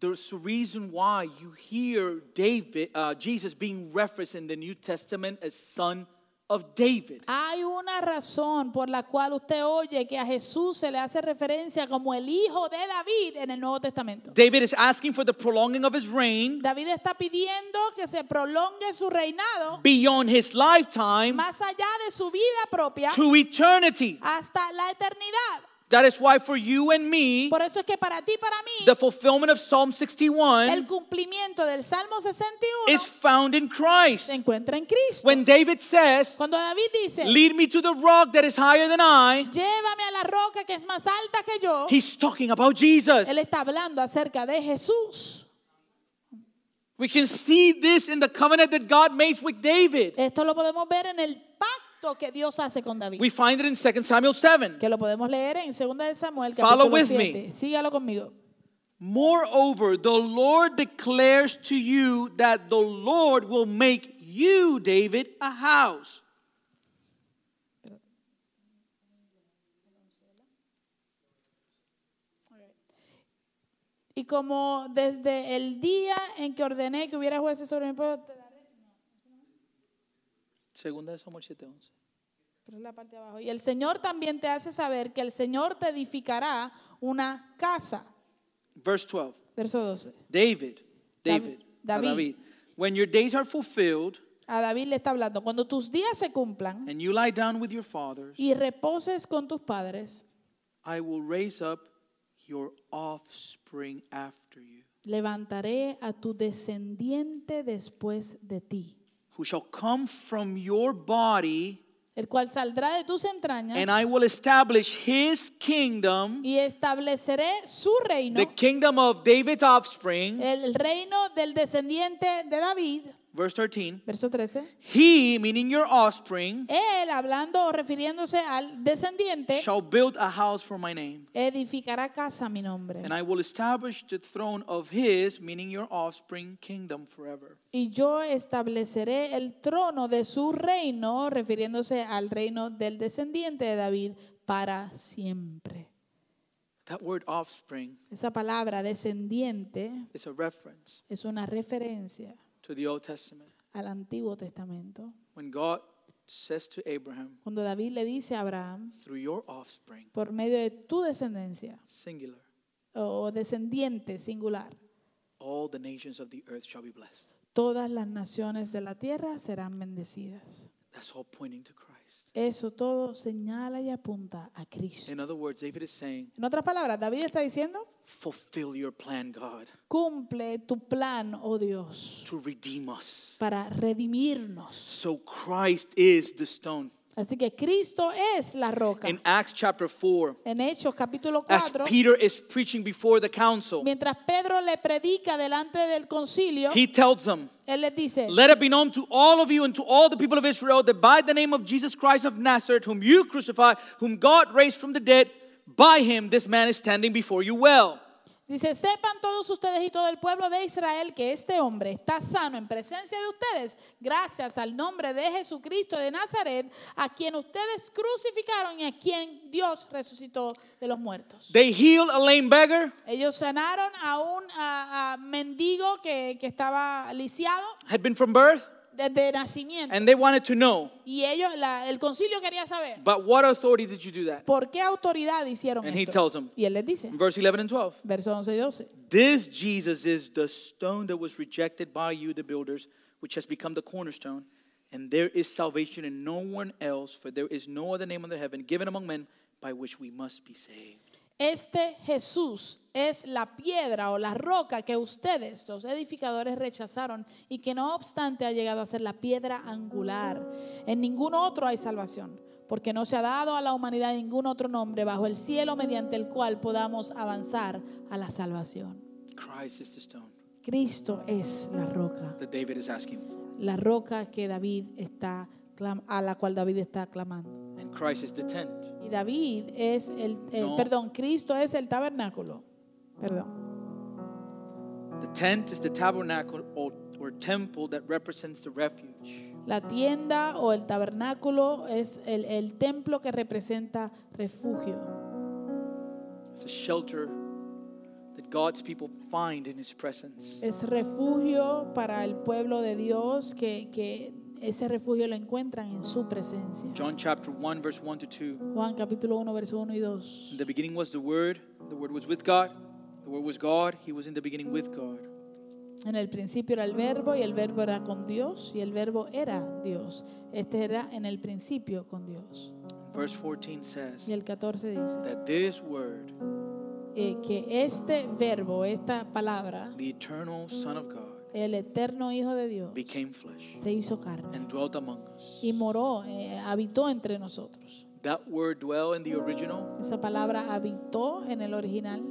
Speaker 2: There's a reason why you hear David, uh, Jesus being referenced in the New Testament as son of David.
Speaker 1: Hay una razón por la cual usted oye que a Jesús se le hace referencia como el hijo de David en el Nuevo Testamento.
Speaker 2: David is asking for the prolonging of his reign
Speaker 1: David está pidiendo que se prolongue su reinado
Speaker 2: beyond his lifetime
Speaker 1: más allá de su vida propia
Speaker 2: to eternity.
Speaker 1: hasta la eternidad.
Speaker 2: That is why for you and me,
Speaker 1: Por eso es que para ti, para mí,
Speaker 2: the fulfillment of Psalm
Speaker 1: el
Speaker 2: 61
Speaker 1: cumplimiento del Salmo 61
Speaker 2: is found in
Speaker 1: se
Speaker 2: Christ.
Speaker 1: encuentra en Cristo.
Speaker 2: When David says,
Speaker 1: Cuando David dice,
Speaker 2: Lead me to the rock that is higher than I,
Speaker 1: llévame a la roca que es más alta que yo,
Speaker 2: he's talking about Jesus.
Speaker 1: él está hablando acerca de Jesús.
Speaker 2: We can see this in the covenant that God makes with David.
Speaker 1: Esto lo podemos ver en el pacto que Dios hace con David.
Speaker 2: We find it in 2 Samuel 7.
Speaker 1: que lo podemos leer en 2 de Samuel
Speaker 2: Follow
Speaker 1: capítulo
Speaker 2: with
Speaker 1: 7.
Speaker 2: me.
Speaker 1: Sígalo conmigo.
Speaker 2: Moreover, the Lord declares to you that the Lord will make you, David, a house.
Speaker 1: Y como desde el día en que ordené que hubiera jueces sobre mi pueblo, te daré-
Speaker 2: Segunda de Samuel 7:11.
Speaker 1: pero es la parte de abajo. Y el Señor también te hace saber que el Señor te edificará una casa.
Speaker 2: Verse 12.
Speaker 1: Verso 12.
Speaker 2: David,
Speaker 1: Dav-
Speaker 2: David,
Speaker 1: David.
Speaker 2: David. When your days are fulfilled
Speaker 1: A David le está hablando, cuando tus días se cumplan
Speaker 2: and you lie down with your fathers,
Speaker 1: y reposes con tus padres,
Speaker 2: I will raise up your offspring after you,
Speaker 1: levantaré a tu descendiente después de ti,
Speaker 2: who shall come from your body
Speaker 1: el cual saldrá de tus entrañas
Speaker 2: and I will establish his kingdom,
Speaker 1: y estableceré su reino,
Speaker 2: the kingdom of David's offspring.
Speaker 1: el reino del descendiente de David,
Speaker 2: Verse 13.
Speaker 1: verso 13.
Speaker 2: He, meaning your offspring,
Speaker 1: Él, hablando o refiriéndose al descendiente,
Speaker 2: shall build a house for my name.
Speaker 1: edificará casa a mi nombre.
Speaker 2: And I will establish the throne of his, meaning your offspring, kingdom forever.
Speaker 1: Y yo estableceré el trono de su reino, refiriéndose al reino del descendiente de David, para siempre.
Speaker 2: That word offspring
Speaker 1: Esa palabra descendiente
Speaker 2: is a reference
Speaker 1: es una referencia
Speaker 2: to the Old Testament.
Speaker 1: al Antiguo Testamento.
Speaker 2: When God says to Abraham,
Speaker 1: Cuando David le dice a Abraham,
Speaker 2: through your offspring,
Speaker 1: por medio de tu descendencia,
Speaker 2: singular,
Speaker 1: o descendiente singular,
Speaker 2: all the nations of the earth shall be blessed.
Speaker 1: todas las naciones de la tierra serán bendecidas.
Speaker 2: That's all pointing to Christ.
Speaker 1: Eso todo señala y apunta a Cristo.
Speaker 2: In other words, David is saying,
Speaker 1: En otras palabras, David está diciendo,
Speaker 2: fulfill your plan, God,
Speaker 1: cumple tu plan, oh Dios,
Speaker 2: to redeem us.
Speaker 1: para redimirnos.
Speaker 2: So Christ is the stone.
Speaker 1: Así que Cristo es la roca.
Speaker 2: In Acts chapter 4,
Speaker 1: En Hechos capítulo
Speaker 2: as
Speaker 1: 4,
Speaker 2: Peter is preaching before the council,
Speaker 1: mientras Pedro le predica delante del concilio,
Speaker 2: he tells them,
Speaker 1: él les dice,
Speaker 2: Let it be known to all of you and to all the people of Israel that by the name of Jesus Christ of Nazareth, whom you crucified, whom God raised from the dead, by him this man is standing before you well.
Speaker 1: Dice, sepan todos ustedes y todo el pueblo de Israel que este hombre está sano en presencia de ustedes, gracias al nombre de Jesucristo de Nazaret, a quien ustedes crucificaron y a quien Dios resucitó de los muertos.
Speaker 2: They healed a lame beggar,
Speaker 1: Ellos sanaron a un a- a mendigo que, que estaba lisiado
Speaker 2: had been from birth,
Speaker 1: desde nacimiento.
Speaker 2: and they wanted to know,
Speaker 1: y ellos, la- el concilio quería saber,
Speaker 2: but what authority did you do that?
Speaker 1: ¿por qué autoridad hicieron
Speaker 2: And he
Speaker 1: esto?
Speaker 2: tells them.
Speaker 1: y él les dice,
Speaker 2: In verse 11 and 12.
Speaker 1: verso 11 y 12.
Speaker 2: This Jesus is the stone that was rejected by you, the builders, which has become the cornerstone. And there is salvation in no one else, for there is no other name under heaven given among men by which we must be saved.
Speaker 1: Este Jesús es la piedra o la roca que ustedes, los edificadores, rechazaron y que no obstante ha llegado a ser la piedra angular. En ningún otro hay salvación, porque no se ha dado a la humanidad ningún otro nombre bajo el cielo mediante el cual podamos avanzar a la salvación.
Speaker 2: Christ is the stone
Speaker 1: Cristo es la roca,
Speaker 2: that David is asking for.
Speaker 1: la roca que David está clam- a la cual David está clamando.
Speaker 2: And Christ is the tent.
Speaker 1: Y David es el, el-
Speaker 2: No.
Speaker 1: perdón, Cristo es el tabernáculo. Perdón.
Speaker 2: The tent is the tabernacle or, or temple that represents the refuge.
Speaker 1: La tienda o el tabernáculo es el, el templo que representa refugio.
Speaker 2: It's a shelter that God's people find in his presence.
Speaker 1: Es refugio para el pueblo de Dios que, que ese refugio lo encuentran en su presencia.
Speaker 2: John chapter 1, verse 1 to 2.
Speaker 1: Juan capítulo 1, verso 1 y 2.
Speaker 2: In the beginning was the Word. The Word was with God. The Word was God. He was in the beginning with God.
Speaker 1: En el principio era el verbo y el verbo era con Dios y el verbo era Dios. Este era en el principio con Dios.
Speaker 2: Verse 14 says
Speaker 1: Y el 14 dice
Speaker 2: that this Word,
Speaker 1: eh, que este verbo, esta palabra,
Speaker 2: the eternal Son of God,
Speaker 1: el eterno Hijo de Dios,
Speaker 2: became flesh
Speaker 1: se hizo carne.
Speaker 2: and dwelt among us.
Speaker 1: y moró, eh, habitó entre nosotros.
Speaker 2: That word dwell in the original
Speaker 1: Esa palabra habitó en el original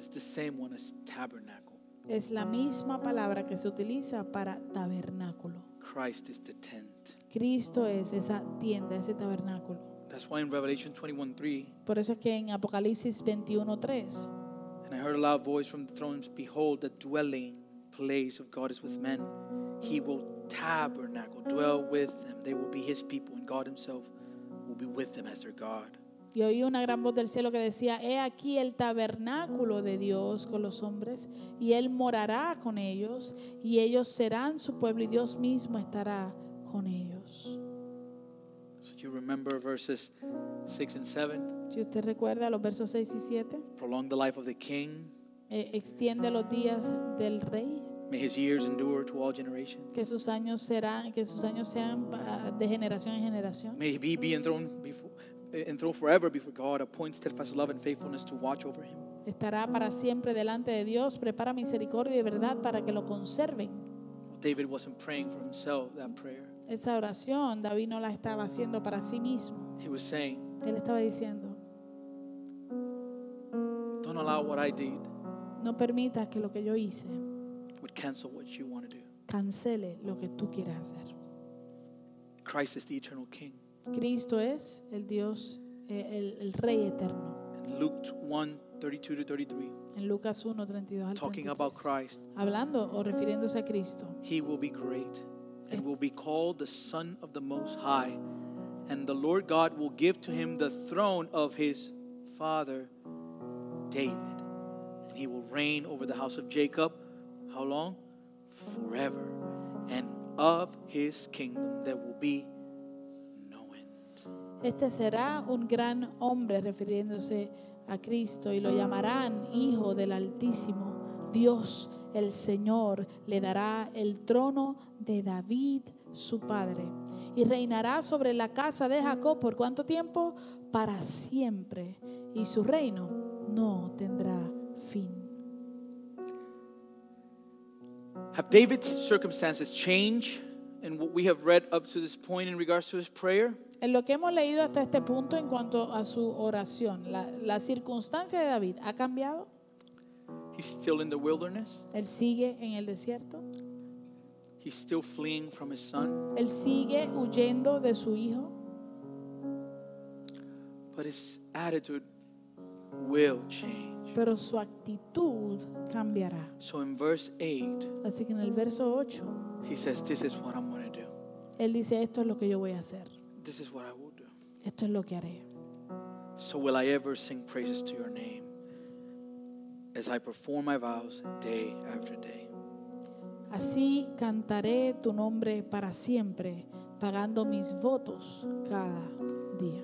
Speaker 2: is the same one as tabernacle.
Speaker 1: es la misma palabra que se utiliza para tabernáculo.
Speaker 2: Christ is the tent.
Speaker 1: Cristo es esa tienda, ese tabernáculo.
Speaker 2: That's why in Revelation 21 3,
Speaker 1: Por eso es que en Apocalipsis 21:3
Speaker 2: and I heard a loud voice from the thrones Behold, the dwelling place of God is with men. He will tabernacle, dwell with them. They will be his people, and God himself will be with them as their God.
Speaker 1: y oí una gran voz del cielo que decía, he aquí el tabernáculo de Dios con los hombres, y él morará con ellos, y ellos serán su pueblo, y Dios mismo estará con ellos.
Speaker 2: So you remember verses 6 and 7
Speaker 1: Si usted recuerda los versos 6 y 7,
Speaker 2: prolong the life of the king,
Speaker 1: Eh, extiende los días del rey,
Speaker 2: may his years endure to all generations.
Speaker 1: que sus años serán, que sus años sean ah, de generación en generación.
Speaker 2: May he be enthroned, before, enthroned forever before God, appoint steadfast love and faithfulness to watch over him.
Speaker 1: Estará para siempre delante de Dios, prepara misericordia y verdad para que lo conserven.
Speaker 2: David wasn't praying for himself that prayer.
Speaker 1: Esa oración David no la estaba haciendo para sí mismo.
Speaker 2: He was saying,
Speaker 1: Él estaba diciendo,
Speaker 2: Don't allow what I did
Speaker 1: no permitas que lo que yo hice
Speaker 2: would cancel what you want to do.
Speaker 1: cancele lo que tú quieras hacer.
Speaker 2: Christ is the eternal King.
Speaker 1: Cristo es el Dios, eh, el, el Rey eterno.
Speaker 2: In Luke 1 32 to 33,
Speaker 1: En Lucas 1, 32 al
Speaker 2: talking about
Speaker 1: 33.
Speaker 2: Christ,
Speaker 1: Hablando o refiriéndose a Cristo.
Speaker 2: he will be great and will be called the Son of the Most High. And the Lord God will give to him the throne of his father David. And he will reign over the house of Jacob. How long? Forever. And of his kingdom there will be no end.
Speaker 1: Este será un gran hombre refiriéndose a Cristo y lo llamarán Hijo del Altísimo. Dios, el Señor, le dará el trono de David, su padre, y reinará sobre la casa de Jacob por cuánto tiempo? Para siempre. Y su reino no tendrá fin.
Speaker 2: Have David's circumstances changed in what we have read up to this point in regards to his prayer?
Speaker 1: En lo que hemos leído hasta este punto en cuanto a su oración, la, la circunstancia de David ha cambiado.
Speaker 2: He's still in the wilderness.
Speaker 1: Él sigue en el desierto.
Speaker 2: He's still fleeing from his son,
Speaker 1: Él sigue huyendo de su hijo,
Speaker 2: but his attitude will change.
Speaker 1: pero su actitud cambiará.
Speaker 2: So in verse 8,
Speaker 1: Así que en el verso 8,
Speaker 2: he says, This is what I'm going to do.
Speaker 1: él dice, esto es lo que yo voy a hacer,
Speaker 2: This is what I will do.
Speaker 1: esto es lo que haré.
Speaker 2: So will I ever sing praises to your name as I perform my vows day after day.
Speaker 1: Así cantaré tu nombre para siempre, pagando mis votos cada día.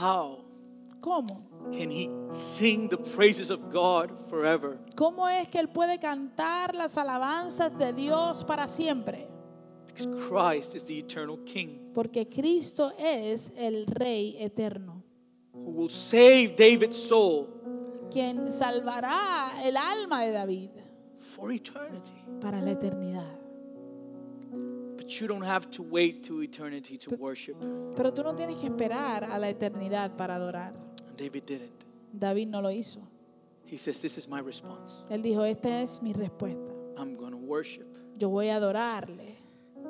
Speaker 2: How
Speaker 1: ¿Cómo?
Speaker 2: can he sing the praises of God forever?
Speaker 1: ¿Cómo es que él puede cantar las alabanzas de Dios para siempre?
Speaker 2: Because Christ is the eternal King
Speaker 1: Porque Cristo es el Rey eterno,
Speaker 2: who will save David's soul
Speaker 1: quien salvará el alma de David
Speaker 2: for eternity.
Speaker 1: para la eternidad.
Speaker 2: But you don't have to wait to eternity to worship. And
Speaker 1: Pero tú no tienes que esperar a la eternidad para adorar.
Speaker 2: David didn't.
Speaker 1: David no lo hizo.
Speaker 2: He says, This is my response.
Speaker 1: Él dijo, esta es mi respuesta.
Speaker 2: I'm going to worship.
Speaker 1: Yo voy a adorarle.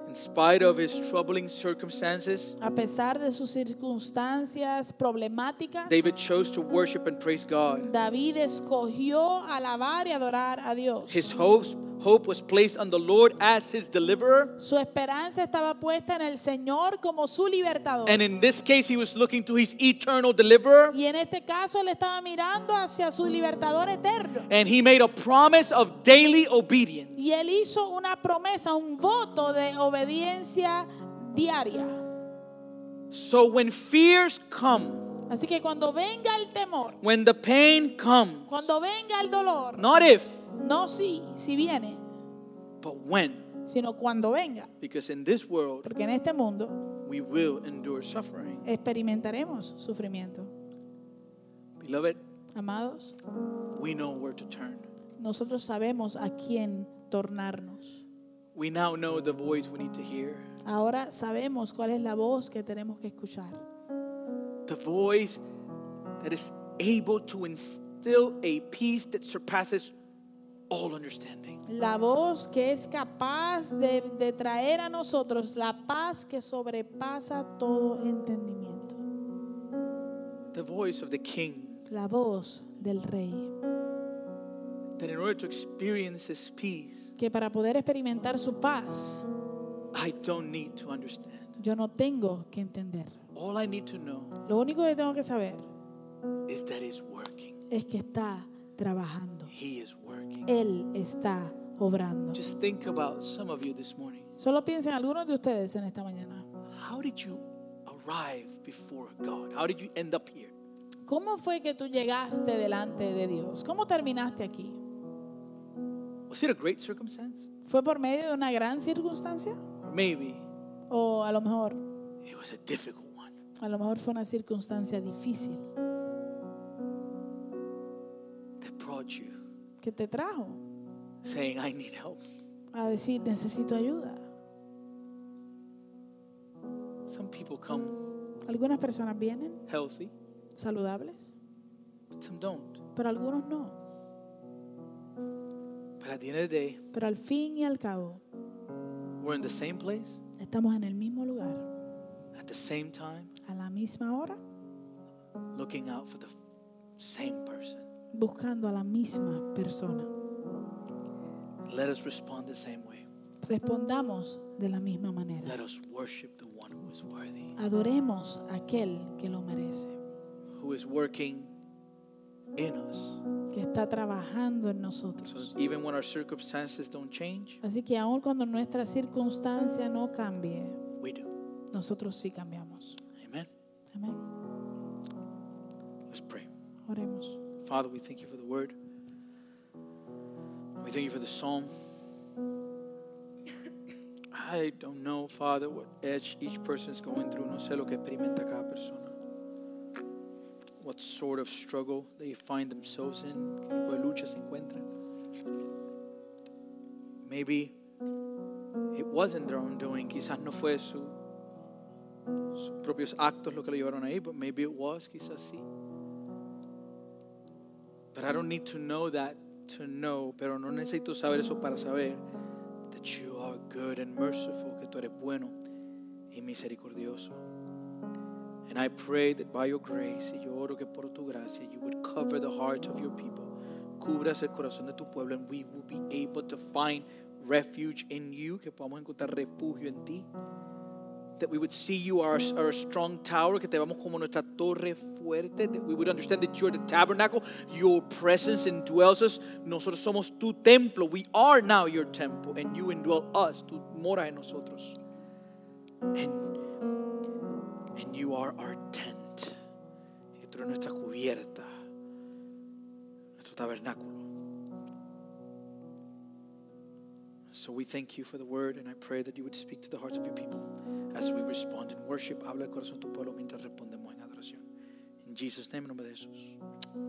Speaker 2: In spite of his troubling circumstances,
Speaker 1: A pesar de sus circunstancias problemáticas,
Speaker 2: David chose to worship and praise God.
Speaker 1: David escogió alabar y adorar a Dios.
Speaker 2: His hopes, hope was placed on the Lord as his deliverer.
Speaker 1: Su esperanza estaba puesta en el Señor como su libertador.
Speaker 2: And in this case, he was looking to his eternal deliverer.
Speaker 1: Y en este caso él estaba mirando hacia su libertador eterno.
Speaker 2: And he made a promise of daily obedience.
Speaker 1: Y él hizo una promesa, un voto de obediencia diaria.
Speaker 2: So when fears come,
Speaker 1: Así que cuando venga el temor,
Speaker 2: when the pain comes,
Speaker 1: cuando venga el dolor,
Speaker 2: not if,
Speaker 1: no si, si viene,
Speaker 2: but when.
Speaker 1: sino cuando venga.
Speaker 2: Because in this world,
Speaker 1: Porque en este mundo
Speaker 2: we will endure suffering.
Speaker 1: experimentaremos sufrimiento.
Speaker 2: Beloved,
Speaker 1: Amados,
Speaker 2: we know where to turn.
Speaker 1: nosotros sabemos a quién tornarnos.
Speaker 2: We now know the voice we need to hear.
Speaker 1: Ahora sabemos cuál es la voz que tenemos que escuchar.
Speaker 2: The voice that is able to instill a peace that surpasses all understanding.
Speaker 1: La voz que es capaz de, de traer a nosotros la paz que sobrepasa todo entendimiento.
Speaker 2: The voice of the King
Speaker 1: La voz del Rey.
Speaker 2: that in order to experience his peace,
Speaker 1: Que para poder experimentar su paz,
Speaker 2: I don't need to understand.
Speaker 1: Yo no tengo que entender.
Speaker 2: All I need to know
Speaker 1: Lo único que tengo que saber
Speaker 2: is that he's working.
Speaker 1: es que está trabajando.
Speaker 2: He is working.
Speaker 1: Él está obrando.
Speaker 2: Just think about some of you this morning.
Speaker 1: Solo piensen algunos de ustedes en esta mañana.
Speaker 2: How did you arrive before God? How did you end up here?
Speaker 1: ¿Cómo fue que tú llegaste delante de Dios? ¿Cómo terminaste aquí?
Speaker 2: Was it a great circumstance?
Speaker 1: ¿Fue por medio de una gran circunstancia?
Speaker 2: Or maybe
Speaker 1: ¿O a lo mejor,
Speaker 2: it was a difficult one.
Speaker 1: a lo mejor fue una circunstancia difícil
Speaker 2: that brought you
Speaker 1: que te trajo
Speaker 2: saying, I need help.
Speaker 1: a decir necesito ayuda?
Speaker 2: Some people come
Speaker 1: Algunas personas vienen
Speaker 2: healthy,
Speaker 1: saludables,
Speaker 2: but some don't.
Speaker 1: pero algunos no.
Speaker 2: But at the end of the day,
Speaker 1: Pero al fin y al cabo,
Speaker 2: we're in the same place,
Speaker 1: estamos en el mismo lugar,
Speaker 2: at the same time,
Speaker 1: a la misma hora,
Speaker 2: looking out for the same person.
Speaker 1: buscando a la misma persona.
Speaker 2: Let us respond the same way.
Speaker 1: Respondamos de la misma manera.
Speaker 2: Let us worship the one who is worthy,
Speaker 1: Adoremos a aquel que lo merece,
Speaker 2: who is working in us.
Speaker 1: que está trabajando en
Speaker 2: So
Speaker 1: nosotros.
Speaker 2: even when our circumstances don't change,
Speaker 1: Así que aun cuando nuestra circunstancia no cambie,
Speaker 2: we do.
Speaker 1: nosotros sí cambiamos.
Speaker 2: Amen.
Speaker 1: Amén.
Speaker 2: Let's pray.
Speaker 1: Oremos.
Speaker 2: Father, we thank you for the word. We thank you for the psalm. I don't know, Father, what each, each person is going through. No sé lo que experimenta cada persona. What sort of struggle they find themselves in. ¿Qué tipo de lucha se encuentran? Maybe it wasn't their own doing. Quizás no fue su, sus propios actos lo que lo llevaron ahí, but maybe it was. Quizás sí. But I don't need to know that to know, pero no necesito saber eso para saber that you are good and merciful, que tú eres bueno y misericordioso. And I pray that by your grace, y yo oro que por tu gracia, you would cover the hearts of your people, cubras el corazón de tu pueblo, and we will be able to find refuge in you, que podamos encontrar refugio en ti. That we would see you are our strong tower, que te vamos como nuestra torre fuerte. That we would understand that you're the tabernacle, your presence indwells us. Nosotros somos tu templo. We are now your temple, and you indwell us. Tú moras en nosotros. And, and you are our tent. Y tú eres nuestra cubierta, nuestro tabernáculo. So we thank you for the word, and I pray that you would speak to the hearts of your people as we respond in worship. Habla el corazón de tu pueblo mientras respondemos en adoración. In Jesus' name, en nombre de Jesús.